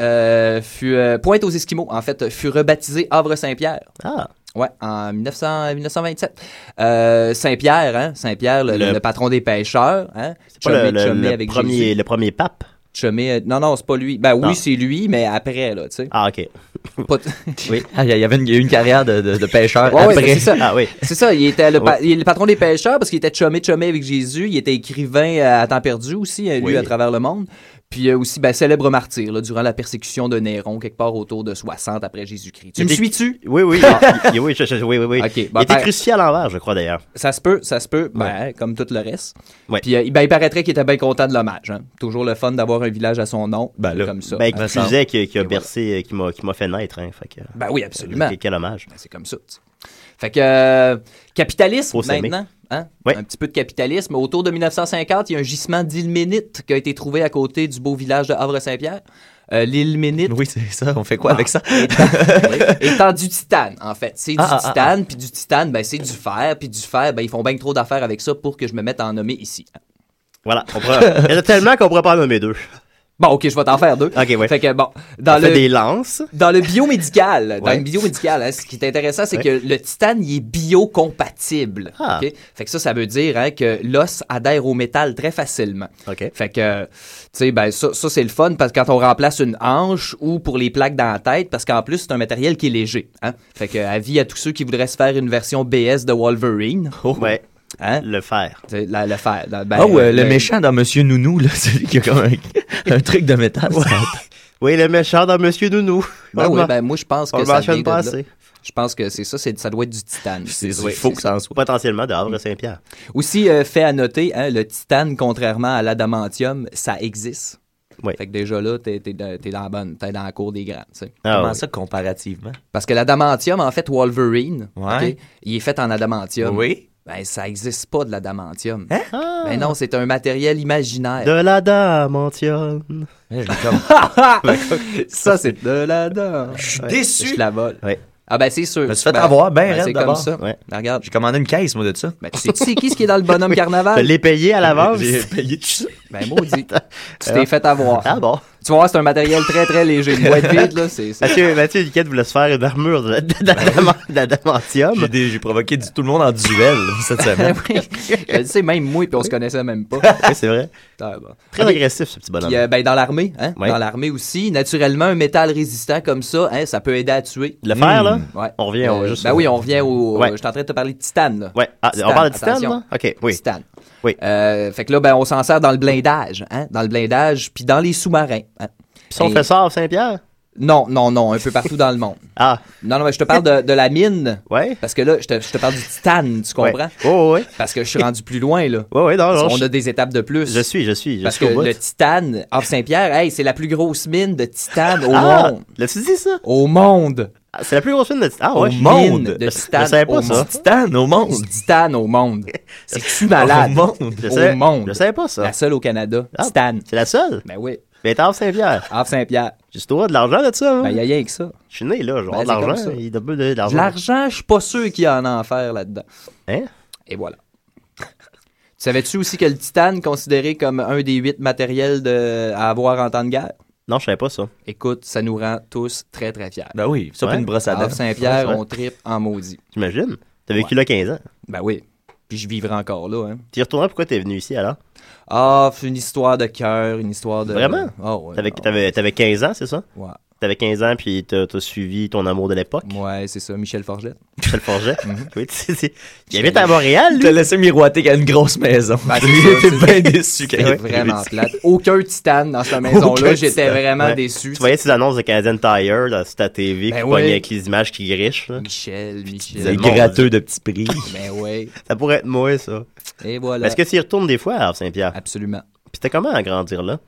euh, fut, euh, Pointe aux Esquimaux, en fait, fut rebaptisé Havre-Saint-Pierre.
Ah,
Ouais, en 1900 1927. Euh, Saint-Pierre, hein? Saint-Pierre, le,
Le-
le patron des pêcheurs. Hein?
C'est pas le,
Chumé-
le-
chumé
le
avec
premier,
Jésus.
le premier pape.
Chumé, euh, non, non, c'est pas lui. Ben
Non.
oui, c'est lui, mais après, là, tu sais.
Ah, OK.
oui.
Ah, Il y avait une, il y a eu une carrière de, de, de pêcheur
Ouais, ouais,
après.
c'est ça.
Ah, oui.
C'est ça, il était le, pa-
Ouais.
il est le patron des pêcheurs parce qu'il était chumé chumé avec Jésus, il était écrivain euh, à temps perdu aussi, euh, lui
Oui.
à travers le monde. Puis euh, aussi ben, célèbre martyr là, durant la persécution de Néron quelque part autour de 60 après Jésus-Christ. Tu me
C'était-
suis-tu
Oui, oui, il- il- oui, je- je- oui, oui, oui.
bon,
il était
ben-
crucial à l'envers, je crois d'ailleurs.
Ça se peut, ça se peut, ben,
Ouais.
comme tout le reste.
Ouais.
Puis euh, ben, il paraîtrait qu'il était bien content de l'hommage. hein. Toujours le fun d'avoir un village à son nom, comme ça.
Ben, qui disait qui, qui a bercé, euh, qui m'a, qui m'a fait naître. Hein, fait que-
Ben oui, absolument.
Quel, quel hommage.
Ben, c'est comme ça. tu sais. Fait que euh, capitalisme
Faut s'aimer.
maintenant. hein?
Oui.
Un petit peu de capitalisme. Autour de 1950, il y a un gisement d'ilménite qui a été trouvé à côté du beau village de Havre-Saint-Pierre. Euh, L'ilménite.
Oui, c'est ça. On fait quoi avec ça?
étant du titane, en fait. C'est du
Ah, ah, ah,
titane, puis du titane, ben, c'est du fer, puis du fer, ben, ils font bien que trop d'affaires avec ça pour que je me mette à en nommer ici.
Voilà. On pourrait- Il y en a tellement qu'on pourrait pas en nommer deux.
Bon, ok, je vais t'en faire deux.
Ok, ouais.
Fait que bon, dans
On fait
le-
des lances.
Dans le biomédical, dans
Ouais.
le biomédical, hein, ce qui est intéressant, c'est
Ouais.
que le titane, il est biocompatible.
Ah.
OK? Fait que ça, ça veut dire hein, que l'os adhère au métal très facilement. Fait que, euh, tu sais, ben, ça, ça, c'est le fun parce que quand on remplace une hanche ou pour les plaques dans la tête, parce qu'en plus, c'est un matériel qui est léger. Hein? Fait que, avis à tous ceux qui voudraient se faire une version BS de Wolverine.
Ouais.
Le
fer.
le fer. la- ben,
oh, euh,
euh,
le méchant dans Monsieur Nounou, là, celui qui a comme un, un truc de métal.
Oui, le méchant dans Monsieur Nounou.
Ben
On
oui,
le-
ben, moi, je pense
on
que
le
ça
mentionne
vient
pas
de là.
assez.
Je pense que c'est ça, c'est- ça doit être du titane.
C'est
Oui,
faut que ça en soit.
Potentiellement de Havre-Saint-Pierre.
Aussi, euh, fait à noter, hein, le titane, contrairement à l'adamantium, ça existe. Fait que déjà là, t'es t'es dans t'es dans la bonne, t'es dans la cour des grands. tu sais.
Comment ça, comparativement?
Parce que l'adamantium, en fait, Wolverine,
Ouais.
ok, il est fait en adamantium.
Oui. Hein?
Ben, ça n'existe pas de l'adamantium. Ben non, c'est un matériel imaginaire.
De la dame, Antione.
ça, c'est de la dame. Je
suis déçu.
Je la vole. Ah ben, c'est sûr.
Je me suis fait
Ben,
avoir ben,
ben,
raide
C'est comme
d'abord.
ça. Ben, regarde.
J'ai commandé une caisse, moi, de ça.
Ben, tu sais, tu sais qui ce qui est dans le bonhomme carnaval?
Les payer à l'avance.
J'ai payé tout ça.
Ben maudit. tu
Alors.
t'es fait avoir.
Ah bon?
Tu vas voir, c'est un matériel très très léger. Une boîte vide, là, c'est. c'est-
Mathieu, Mathieu Duquette voulait se faire une armure de- de- d'adam- d'adamantium.
J'ai des- J'ai provoqué du- tout le monde en duel cette semaine.
Oui. Je le sais, même moi, puis on se connaissait même pas.
Oui, c'est vrai.
Ah, bon.
Très
Ok.
agressif, ce petit bonhomme.
Puis, euh, ben, dans l'armée, hein?
Ouais.
Dans l'armée aussi, naturellement, un métal résistant comme ça, hein, ça peut aider à tuer. Mm.
Le fer, là?
Ouais.
On revient, on va juste-
Ben oui, on revient au.
Ouais.
Je suis en train de te parler de titane, là.
Ouais. Ah, on parle de titane, là? OK, oui.
Titane.
Oui.
Euh, fait que là, ben, on s'en sert dans le blindage, hein? Dans le blindage, puis dans les sous-marins. hein.
Puis si on
Et-
fait ça à Saint-Pierre?
Non, non, non, un peu partout dans le monde.
Ah.
Non, non, mais je te parle de, de la mine.
Ouais.
Parce que là, je te, je te parle du titane, tu
Ouais.
comprends?
Oh, ouais.
Parce que je suis rendu plus loin, là.
Ouais, ouais, non,
Parce
Ah, non,
qu'on
je-
a des étapes de plus.
Je suis, je suis. Je
Parce que
suis au bout.
le titane, Havre Saint-Pierre, hey, c'est la plus grosse mine de titane au
Ah,
monde.
l'as-tu dit ça?
Au monde.
c'est la plus grosse mine de titane. Ah, ouais.
Au
Mine
monde de
Je-
titane.
Je savais pas
au
ça.
monde.
Titane au monde.
Du titane au monde. C'est-tu malade?
Au monde. Je savais-
Au monde.
je savais pas ça.
La seule au Canada.
Ah,
Titane.
C'est la seule?
Ben oui.
Mais t'es Saint-Pierre.
Havre Saint-Pierre.
Juste toi, de l'argent de ça, hein?
Ben, y a rien que ça.
Je suis né, là. Je vais avoir de
Ben, c'est comme
l'argent.
ça.
Il doit me donner de
De
l'argent.
L'argent, je suis pas sûr qu'il y en a à en faire là-dedans.
Hein?
Et voilà. Tu Savais-tu aussi que le titane, considéré comme un des huit matériels de... à avoir en temps de guerre?
Non, je savais pas ça.
Écoute, ça nous rend tous très, très fiers.
Ben oui, ça,
Ouais.
puis une brosse à dents.
À Saint-Pierre,
Ouais, c'est
on tripe en maudit.
J'imagine. T'as vécu là 15 ans.
Ben oui. Puis je vivrai encore là. Hein.
T'y retourneras, pourquoi t'es venu ici, alors?
Ah, c'est une histoire de cœur, une histoire de.
Vraiment?
Ah ouais.
T'avais, t'avais, t'avais 15 ans, c'est ça?
Ouais.
T'avais 15 ans, puis t'as, t'as suivi ton amour de l'époque,
Ouais, c'est ça, Michel Forgette.
Michel Forget.
Mhm.
Oui, tu sais, il habite à Montréal,
Il t'a
lui.
laissé miroiter qu'il y a une grosse maison.
Ben, c'est ça,
J'étais
c'est-
bien déçu
Eh
quand il
C'était
est
vraiment
arrivé.
plate. Aucun titane dans cette maison-là.
Aucun
J'étais
titane,
vraiment
Ouais.
déçu.
Tu voyais ces annonces de Canadian Tire là, sur ta TV qui
Ben Mhm.
pognait
oui.
avec les images qui grichent. là.
Michel,
Des
Michel.
Mon Dieu.
gratteux de petits prix.
Ben oui.
Ça pourrait être moi, ça.
Et voilà.
Est-ce que tu y retournes des fois à Saint-Pierre?
Absolument.
Puis t'es comment à grandir là?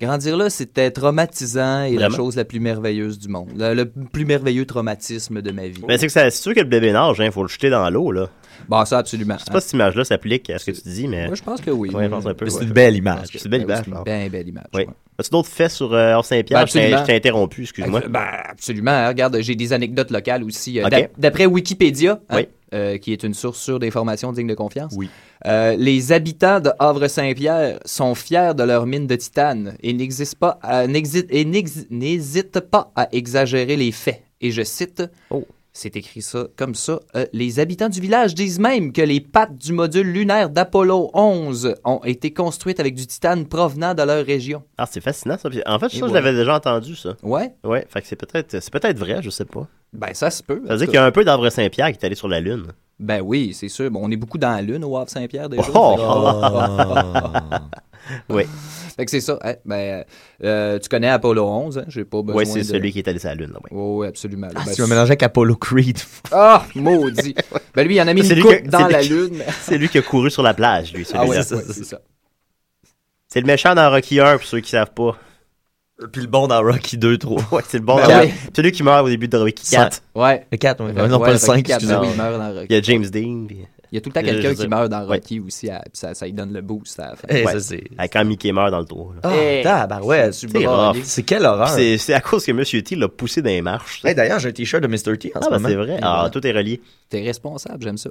Grandir là, c'était traumatisant et la
Vraiment?
chose la plus merveilleuse du monde. Le, le plus merveilleux traumatisme de ma vie.
Ben, c'est, que ça, c'est sûr que le bébé nage, hein, faut le jeter dans l'eau. Là.
Bon, Bah, ça, absolument.
Je sais pas si cette image-là s'applique à ce que tu dis, mais
Ah. Moi, je pense que oui. Ben
Ouais, je pense un peu.
C'est
ouais.
une belle image.
C'est une belle image.
C'est une
là.
bien belle image.
Oui.
ouais.
As-tu d'autres faits sur euh, Hors Saint-Pierre?
Ben,
je, t'ai,
absolument.
je t'ai interrompu, excuse-moi.
Ben, absolument. hein. Regarde, j'ai des anecdotes locales aussi. Euh,
Ok.
d'ap- D'après Wikipédia, hein,
Oui.
euh, qui est une source sûre d'informations dignes de confiance,
Oui.
euh, les habitants de Havre-Saint-Pierre sont fiers de leur mine de titane et n'existent pas à- n'exi- et n'exi- n'hésitent pas à exagérer les faits. Et je cite
Oh.
C'est écrit ça comme ça. Euh, les habitants du village disent même que les pattes du module lunaire d'Apollo 11 ont été construites avec du titane provenant de leur région.
Ah, c'est fascinant ça. Puis, En fait, je
Et
sais que je
voilà.
l'avais déjà entendu ça.
Ouais.
Ouais, fait que c'est peut-être c'est peut-être vrai, je sais pas.
Ben, ça se peut.
Ça veut
en tout
dire qu'il y a un peu d'Avre Saint-Pierre qui est allé sur la lune.
Ben oui, c'est sûr. Bon, on est beaucoup dans la lune au Havre Saint-Pierre déjà.
Oh!
oui. Fait que c'est ça. hein. Ben, euh, tu connais Apollo 11, hein? J'ai pas besoin
Ouais, c'est
de-
celui qui est allé sur la lune. là, ouais.
Oui, absolument.
Ah,
Ben,
tu vas mélanger avec Apollo Creed.
Ah, maudit. ben lui, il en a mis
C'est
une
lui
coupe
que-
dans
c'est
la
lui-
lune.
C'est lui qui a couru sur la plage, lui, celui-là.
Ah ouais, ouais, c'est ça.
C'est le méchant dans Rocky 1, pour ceux qui savent pas.
Puis le bon dans Rocky 2, 3.
Ouais, c'est le bon
Ben
dans
oui.
Celui qui meurt au début de Rocky 4.
Ouais.
Le 4,
Euh,
oui.
Ouais,
non, pas
ouais,
le 5,
Rocky IV,
excusez-moi.
oui, il meurt dans Rocky.
Il y a James Dean. puis-
Il y a tout le temps
Je- je
quelqu'un
veux
qui
dire-
meurt dans
Ouais.
Rocky aussi, à- puis ça, ça lui donne le boost à la fin.
Eh,
Ouais.
ça, c'est-
Ah, Quand Mickey meurt dans le tour. là.
Ah,
Hey.
tabarouette, tu
C'est
braves.
rough.
C'est quelle
Ah.
Puis
horreur.
C'est c'est à cause que Monsieur T l'a poussé dans les marches.
Hey, D'ailleurs, j'ai un t-shirt de Mr. T
Ah,
en ce
ben
moment.
c'est vrai. Ah, tout est relié.
T'es responsable, j'aime ça.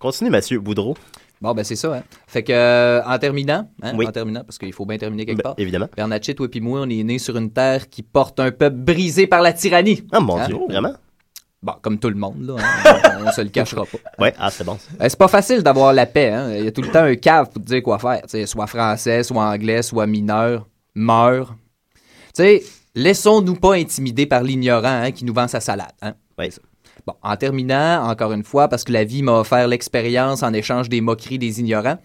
Continue, Mathieu Boudreau.
Bon, ben c'est ça. Hein. Fait que, euh, en terminant, hein,
Oui.
en terminant, parce qu'il faut bien terminer quelque
Ben,
part.
évidemment.
Bernatchez, toi et moi, on est nés sur une terre qui porte un peuple brisé par la tyrannie.
Ah, mon
Hein?
Dieu, vraiment?
Bon, comme tout le monde, là. hein. on, on se le cachera pas.
Ouais, ah, c'est bon.
Euh, C'est pas facile d'avoir la paix. hein. Il y a tout le temps un cave pour te dire quoi faire. Tu sais, soit français, soit anglais, soit mineur, meurt. Tu sais, laissons-nous pas intimider par l'ignorant hein, qui nous vend sa salade. hein.
Ouais.
Bon, en terminant, encore une fois, parce que la vie m'a offert l'expérience en échange des moqueries des ignorants,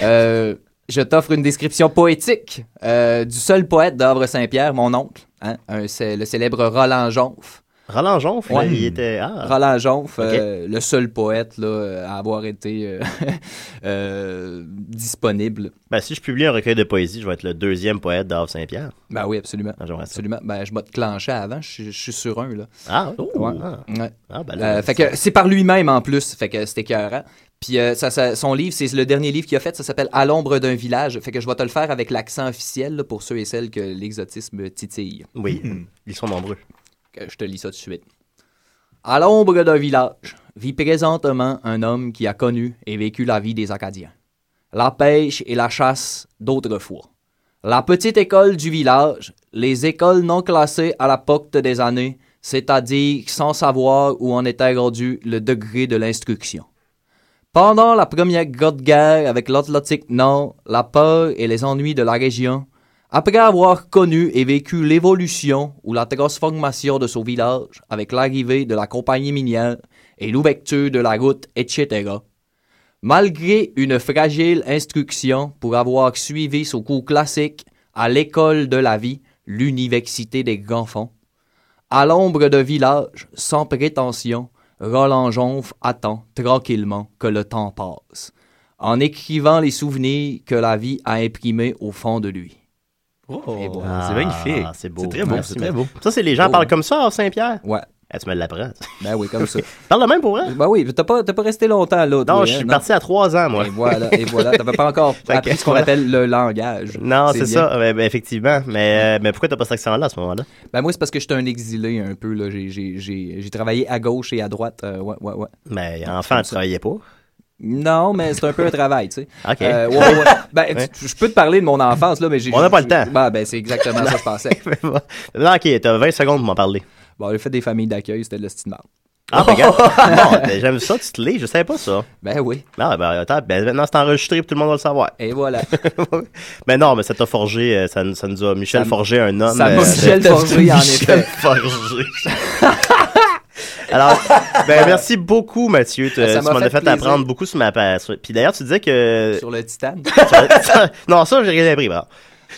euh, je t'offre une description poétique euh, du seul poète d'Havre Saint-Pierre, mon oncle, hein, un cé- le célèbre Roland Jonf.
Roland Jonf, là,
Ouais.
il était. Ah,
Roland Jonf,
Ok.
euh, le seul poète là, à avoir été euh, euh, disponible.
Ben, si je publie un recueil de poésie, je vais être le deuxième poète d'Havre Saint-Pierre.
Ben oui, absolument.
Ah, j'aimerais ça.
Absolument. Ben, je vais te clencher avant, je suis- je suis sur un. Là.
Ah, oui?
Ouais.
Ah.
Ouais.
Ah, ben là,
Euh, fait que c'est par lui-même en plus, fait que c'est écœurant. Puis euh, ça, ça- son livre, c'est le dernier livre qu'il a fait, ça s'appelle À l'ombre d'un village. Fait que je vais te le faire avec l'accent officiel là, pour ceux et celles que l'exotisme titille.
Oui, ils sont nombreux.
Que je te lis ça tout de suite. À l'ombre d'un village vit présentement un homme qui a connu et vécu la vie des Acadiens. La pêche et la chasse d'autrefois. La petite école du village, les écoles non classées à la porte des années, c'est-à-dire sans savoir où en était rendu le degré de l'instruction. Pendant la première grande guerre avec l'Atlantique Nord, la peur et les ennuis de la région, après avoir connu et vécu l'évolution ou la transformation de son village avec l'arrivée de la compagnie minière et l'ouverture de la route, etc., Malgré une fragile instruction pour avoir suivi son cours classique à l'école de la vie, l'université des grands fonds, à l'ombre d'un village, sans prétention, Roland Jonf attend tranquillement que le temps passe, en écrivant les souvenirs que la vie a imprimés au fond de lui. Et voilà.
C'est magnifique.
Ah, c'est beau.
C'est très beau,
Merci,
c'est très
Mathieu.
beau.
Ça, c'est les gens
Beau,
parlent
hein.
comme ça à Havre Saint-Pierre.
Ouais,
Ah, tu me l'apprends. ça.
ben oui, comme ça.
Parle le même pour vrai?
Ben oui, t'as pas, t'as pas resté longtemps là.
Non,
toi,
je
hein,
suis parti à trois ans, moi.
Et voilà, et voilà. T'avais pas encore
Fait que-
appris ce qu'on appelle le langage.
Non, c'est
bien.
ça, ben, ben, effectivement. Mais, euh, mais pourquoi t'as pas cet accent-là à ce moment-là?
Ben moi, c'est parce que j'étais un exilé un peu. là. J'ai- J'ai j'ai- j'ai travaillé à gauche et à droite. euh, ouais, ouais, ouais.
Mais enfant, tu travaillais pas.
Non, mais c'est un peu un travail, tu sais.
OK.
Euh, ouais, ouais, ouais. Ben, tu- je peux te parler de mon enfance, là, mais j'ai...
On n'a pas le temps.
Ben, ben, c'est exactement ça qui se passait.
non, ok, t'as 20 secondes pour m'en parler.
Bon, j'ai fait des familles d'accueil, c'était de l'hostie de marde.
Ah, ben, regarde. Bon, ben, j'aime ça, tu te lis, je savais pas ça.
Ben oui,
Non, ben, attends, ben, maintenant c'est enregistré, puis tout le monde va le savoir.
et voilà.
Mais non, mais ça t'a forgé, euh, ça, nous- ça nous a Michel
Ça m-
forgé un homme.
ça
euh,
m'a Michel
c'est-
forgé, en
Michel
effet.
forgé. Alors, ben, merci beaucoup, Mathieu. Tu
Ça
tu
m'a
m'en as
fait
fait
plaisir.
apprendre beaucoup sur ma passe. Puis d'ailleurs, tu disais que.
Sur le Titan.
non, ça, j'ai rien appris, bon.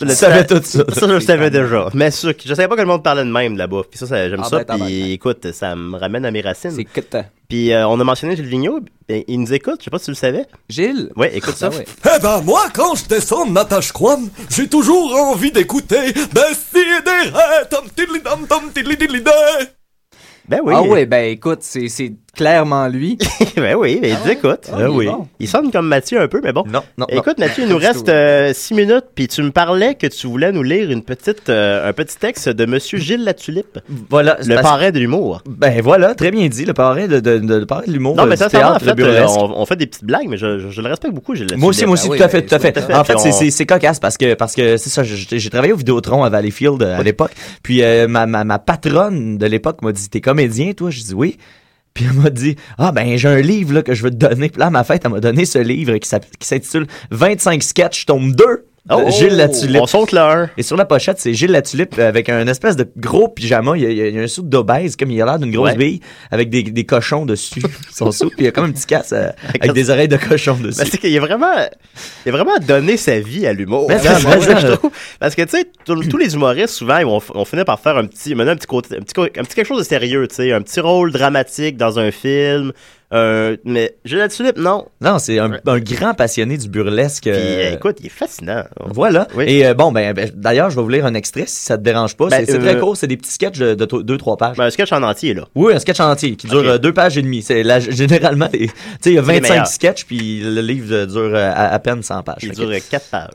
Le-
Tu savais tout ça.
Ça, je le savais déjà. Mais ça, je savais pas que le monde parlait de même là-bas. Puis ça, ça- j'aime
Ah,
ça.
ben, t'as bien.
Puis écoute, ça me ramène à mes
C'est
racines.
que t'as-
Puis euh, on a mentionné Gilles Vigneault. ben, il nous écoute, je sais pas si tu le savais.
Gilles?
Ouais, écoute ça.
Ah ouais.
Eh ben moi, quand je descends de Natasha Kwan, j'ai toujours envie d'écouter ben, Desideret, tom tidlidom, tom tidlidididé.
Ben oui.
Ah ouais, ben écoute, c'est c'est
clairement lui.
ben oui, ben il écoute.
Ah,
Ben
il est
oui.
bon.
Il sonne comme Mathieu un peu, mais bon.
Non, non.
Écoute,
non.
Mathieu, il nous reste euh, six minutes, puis tu me parlais que tu voulais nous lire une petite, euh, un petit texte de Monsieur Gilles Latulippe.
Voilà.
Le parrain de l'humour.
Ben voilà, très bien dit, le parrain de, de, de- le parrain de l'humour.
Non,
euh,
mais
du
ça,
théâtre,
en
le
fait, euh,
burlesque.
on, on fait des petites blagues, mais je, je- je le respecte beaucoup, Gilles
Moi
Latulippe.
aussi, moi aussi,
Ah oui,
tout à fait,
ben,
tout à fait. En fait,
puis
c'est-
on-
c'est c'est cocasse parce que, parce que c'est ça, j'ai j'ai travaillé au Vidéotron à Valleyfield euh, à l'époque. Puis euh, ma, ma, ma patronne de l'époque m'a dit T'es comédien, toi Je dis Oui. Puis elle m'a dit Ah, ben, j'ai un livre là, que je veux te donner. Puis là, à ma fête, elle m'a donné ce livre qui s'app- qui s'intitule 25 sketchs, tome 2. de
Oh,
Gilles Latulippe.
on saute là
Et sur la pochette, c'est Gilles Latulippe euh, avec un espèce de gros pyjama. Il y a, il y a- il y a un soupe d'obèse, comme il a l'air d'une grosse
Ouais.
bille, avec des, des cochons dessus. Son soupe, puis il y a comme un petit casse euh, avec des oreilles de cochon dessus.
Ben, c'est qu'il a vraiment, il a vraiment donné sa vie à l'humour.
Ben,
C'est ça,
vraiment.
je trouve. Parce que, tu sais, tous tous les humoristes, souvent, ils vont, on finit par faire un petit, maintenant, un petit côté, un petit, co- un petit quelque chose de sérieux, tu sais, un petit rôle dramatique dans un film. euh, mais Gilles Tulipe, non.
Non, c'est un, un grand passionné du burlesque.
Puis,
euh,
écoute, il est fascinant.
Voilà. Et euh, bon, ben, ben, d'ailleurs, je vais vous lire un extrait si ça te dérange pas.
Ben,
c'est c'est
euh,
très court, c'est des petits sketchs de 2-3 pages.
un Ben, sketch en entier, là.
Oui, un sketch en entier qui dure
Ok.
euh, deux pages et demie. C'est la- généralement, les- tu sais, il y a
C'est les meilleurs.
25 sketchs, puis le livre euh, dure euh, à, à peine 100 pages.
Il
Fait que-
dure quatre pages.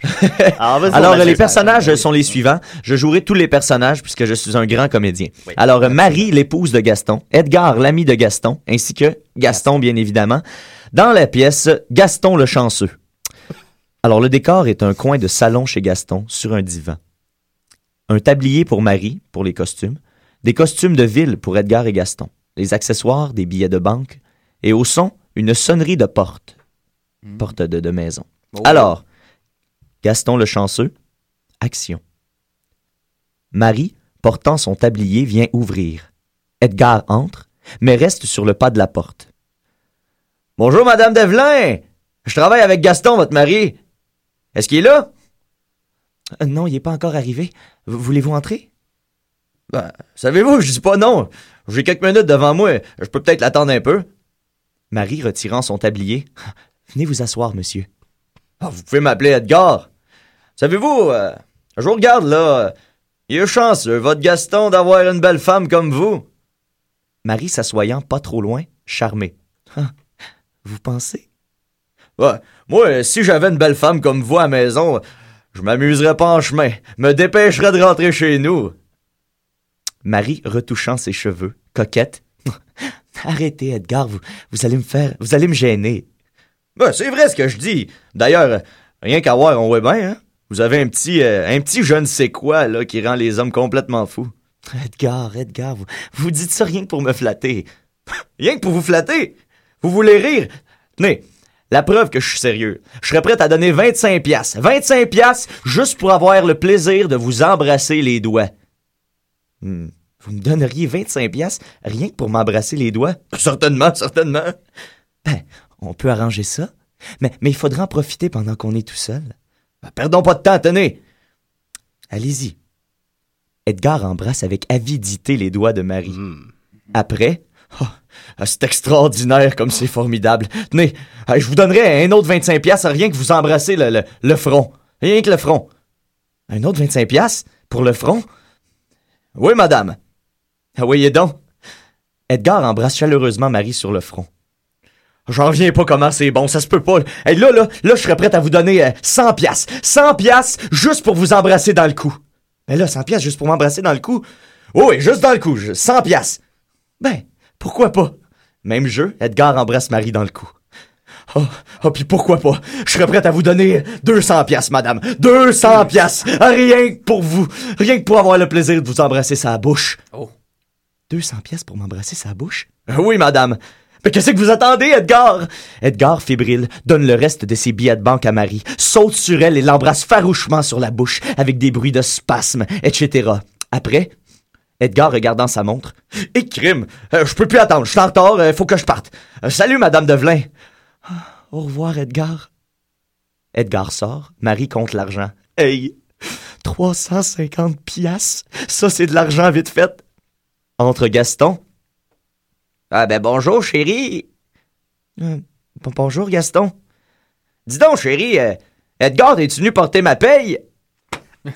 Alors, vas-y,
Alors,
Mathieu.
les personnages euh, sont les suivants. Je jouerai tous les personnages puisque je suis un grand comédien.
Oui.
Alors, euh, Marie, l'épouse de Gaston, Edgar, l'ami de Gaston, ainsi que Gaston, bien évidemment. Dans la pièce, Gaston le chanceux. Alors, le décor est un coin de salon chez Gaston, sur un divan. Un tablier pour Marie, pour les costumes. Des costumes de ville pour Edgar et Gaston. Les accessoires, des billets de banque. Et au son, une sonnerie de porte. Porte de, de maison.
Oh.
Alors, Gaston le chanceux, action. Marie, portant son tablier, vient ouvrir. Edgar entre, mais reste sur le pas de la porte. Bonjour, Madame Develin! Je travaille avec Gaston, votre mari. Est-ce qu'il est là? Euh, Non, il n'est pas encore arrivé. V- Voulez-vous entrer? Ben, savez-vous, je dis pas non. J'ai quelques minutes devant moi. Je peux peut-être l'attendre un peu. Marie retirant son tablier. Venez vous asseoir, monsieur. Ah, vous pouvez m'appeler Edgar. Savez-vous, euh, je vous regarde là. euh, Il est chanceux, votre Gaston, d'avoir une belle femme comme vous. Marie s'assoyant pas trop loin, charmée. Ah, vous pensez? Ouais, moi, euh, si j'avais une belle femme comme vous à la maison, je m'amuserais pas en chemin, me dépêcherais de rentrer chez nous. Marie retouchant ses cheveux, coquette. Arrêtez, Edgar, vous, vous allez me faire, vous allez me gêner. Ben, c'est vrai ce que je dis. D'ailleurs, euh, rien qu'à voir, on voit bien, hein? Vous avez un petit, euh, un petit je ne sais quoi, là, qui rend les hommes complètement fous. Edgar, Edgar, vous, vous dites ça rien que pour me flatter. rien que pour vous flatter. Vous voulez rire. Tenez, la preuve que je suis sérieux. Je serais prêt à donner 25 piastres. 25 piastres juste pour avoir le plaisir de vous embrasser les doigts. Hmm. Vous me donneriez 25 piastres rien que pour m'embrasser les doigts? Certainement, certainement. Ben, on peut arranger ça. Mais, mais il faudra en profiter pendant qu'on est tout seul. Ben, perdons pas de temps, tenez. Allez-y. Edgar embrasse avec avidité les doigts de Marie. Après, Oh, ah, c'est extraordinaire comme c'est formidable. Tenez, ah, je vous donnerai un autre 25 pièces rien que vous embrassez le, le- le front. Rien que le front. Un autre 25 pièces pour le front? Oui, madame. Ah, voyez donc. Edgar embrasse chaleureusement Marie sur le front. J'en viens pas comment c'est bon, ça se peut pas. Et là, là, là, je serais prête à vous donner euh, 100 pièces, 100 pièces juste pour vous embrasser dans le cou. Mais là, 100 pièces juste pour m'embrasser dans le cou. Oui, oui, juste dans le cou, je- 100 pièces. Ben, pourquoi pas? Même jeu, Edgar embrasse Marie dans le cou. Oh, oh, puis pourquoi pas? Je serais prête à vous donner 200 pièces, madame. 200 pièces! Rien que pour vous. Rien que pour avoir le plaisir de vous embrasser sa bouche.
Oh.
200 pièces pour m'embrasser sa bouche? Euh, Oui, madame. Mais qu'est-ce que vous attendez, Edgar? Edgar, fébrile, donne le reste de ses billets de banque à Marie, saute sur elle et l'embrasse farouchement sur la bouche avec des bruits de spasmes, etc. Après, Edgar regardant sa montre. Et crime! Euh, je peux plus attendre, je suis en retard, euh, faut que je parte. Euh, salut, Madame Develin. Ah, Au revoir, Edgar. Edgar sort, Marie compte l'argent. Hey! 350 piastres, ça c'est de l'argent vite fait. Entre Gaston. Ah ben bonjour, chérie. Euh, bon- bonjour, Gaston. Dis donc, chérie, euh, Edgar, es-tu venu porter ma paye? Oh!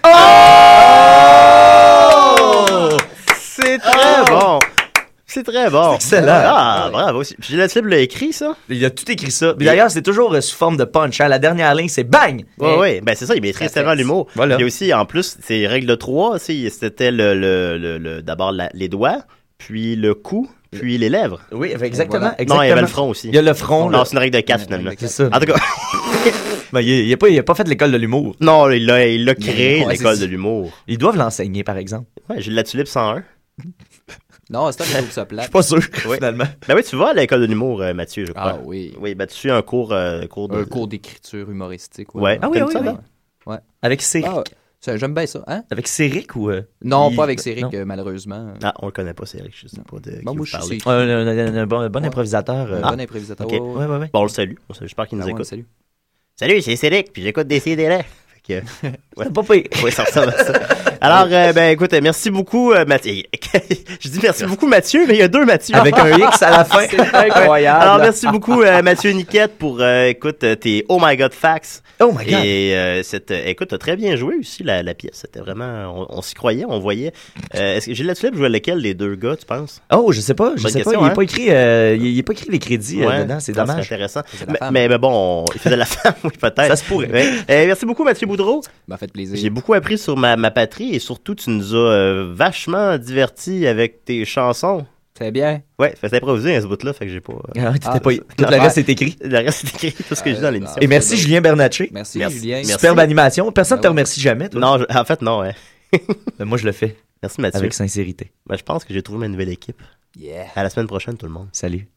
Oh! C'est très bon. C'est très bon.
excellent.
Ah, bravo. Puis le type l'a écrit, ça.
Il a tout écrit ça. Puis D'ailleurs, c'est toujours euh, sous forme de punch. hein. La dernière ligne, c'est bang!
Oui, oui. Ben, c'est ça, il maîtrise tellement l'humour.
Voilà.
Puis aussi, en plus, c'est règle 3, aussi, c'était le, le, le, le- d'abord la- les doigts, puis le cou, puis les lèvres.
Oui, exactement,
Non, il y
exactement.
avait le front aussi.
Il y a le front,
Non,
là.
c'est une règle de 4, finalement.
C'est ça.
En tout cas.
Ben, il n'a pas, il a pas fait l'école de l'humour.
Non, il l'a il l'a créé,
Ouais,
l'école
c'est-
de l'humour.
Ils doivent l'enseigner, par exemple.
Ouais, j'ai de la tulipe 101.
Non, c'est un que ça plate.
finalement.
Ben oui, tu vas à l'école de l'humour, euh, Mathieu, je crois.
Ah oui.
Oui, ben tu suis un cours, euh, cours de...
Un cours d'écriture humoristique.
Ouais. Ah oui,
T'aimes
oui,
ça,
oui.
hein.
là? Ouais.
Avec Céric.
Ah, ça, J'aime bien ça, hein?
Avec Céric ou. euh,
Non,
il-
pas avec Céric,
non.
euh, malheureusement.
Ah, on le connaît pas, Céric, je sais pas de
Bon,
qui
moi,
vous
je
parlez.
sais-
Un, un- un- un bon, un bon improvisateur. euh,
Un bon improvisateur,
Ok.
ouais, ouais, ouais.
Bon, on le salue. On- J'espère qu'il nous
Ah ouais,
écoute.
salut.
Salut, c'est Cédric, puis j'écoute des CDR. Fait que...
C'est pas pire.
Oui, ça ressemble à ça. Alors, euh, ben écoute, euh, merci beaucoup, euh, Mathieu. Je dis merci beaucoup, Mathieu, mais il y a deux Mathieu.
Avec un X à la fin. C'est incroyable.
Alors, merci beaucoup, euh, Mathieu Niquette, pour, euh, écoute, euh, tes Oh My God Facts.
Oh my God.
Et euh, cette, euh, écoute, t'as très bien joué aussi, la, la pièce. C'était vraiment... On, on s'y croyait, on voyait. Euh, Est-ce que Gilles Latulippe jouait lequel, les deux gars, tu penses?
Oh, je sais pas, je
Bonne
sais
question,
pas. Il n'est
hein?
pas écrit, euh, il, il est pas écrit les crédits euh,
Ouais.
dedans, c'est
Non,
dommage.
intéressant.
la
Mais,
femme.
mais- mais bon, on- il faisait la femme, oui, peut-être.
Ça se pourrait.
Ouais. Euh, merci beaucoup, Mathieu Boudreau.
m'a fait
J'ai
plaisir.
beaucoup appris sur ma, ma patrie et surtout, tu nous as euh, vachement divertis avec tes chansons.
Très bien.
Ouais, fait improviser à ce bout-là, fait que j'ai pas.
Ah, t'étais
Ah,
pas-
c'est-
tout le
Ouais.
reste est écrit.
Le reste est écrit, tout ce que j'ai dans l'émission.
Euh, Et merci Julien Bernatchez.
Merci,
Merci.
Julien.
Merci.
Superbe animation. Personne ne te remercie jamais, toi.
Non, je- en fait, non, ouais.
Mais Ben, moi, je le fais
Merci Mathieu.
avec sincérité.
Ben, je pense que j'ai trouvé ma nouvelle équipe.
Yeah.
À la semaine prochaine, tout le monde.
Salut.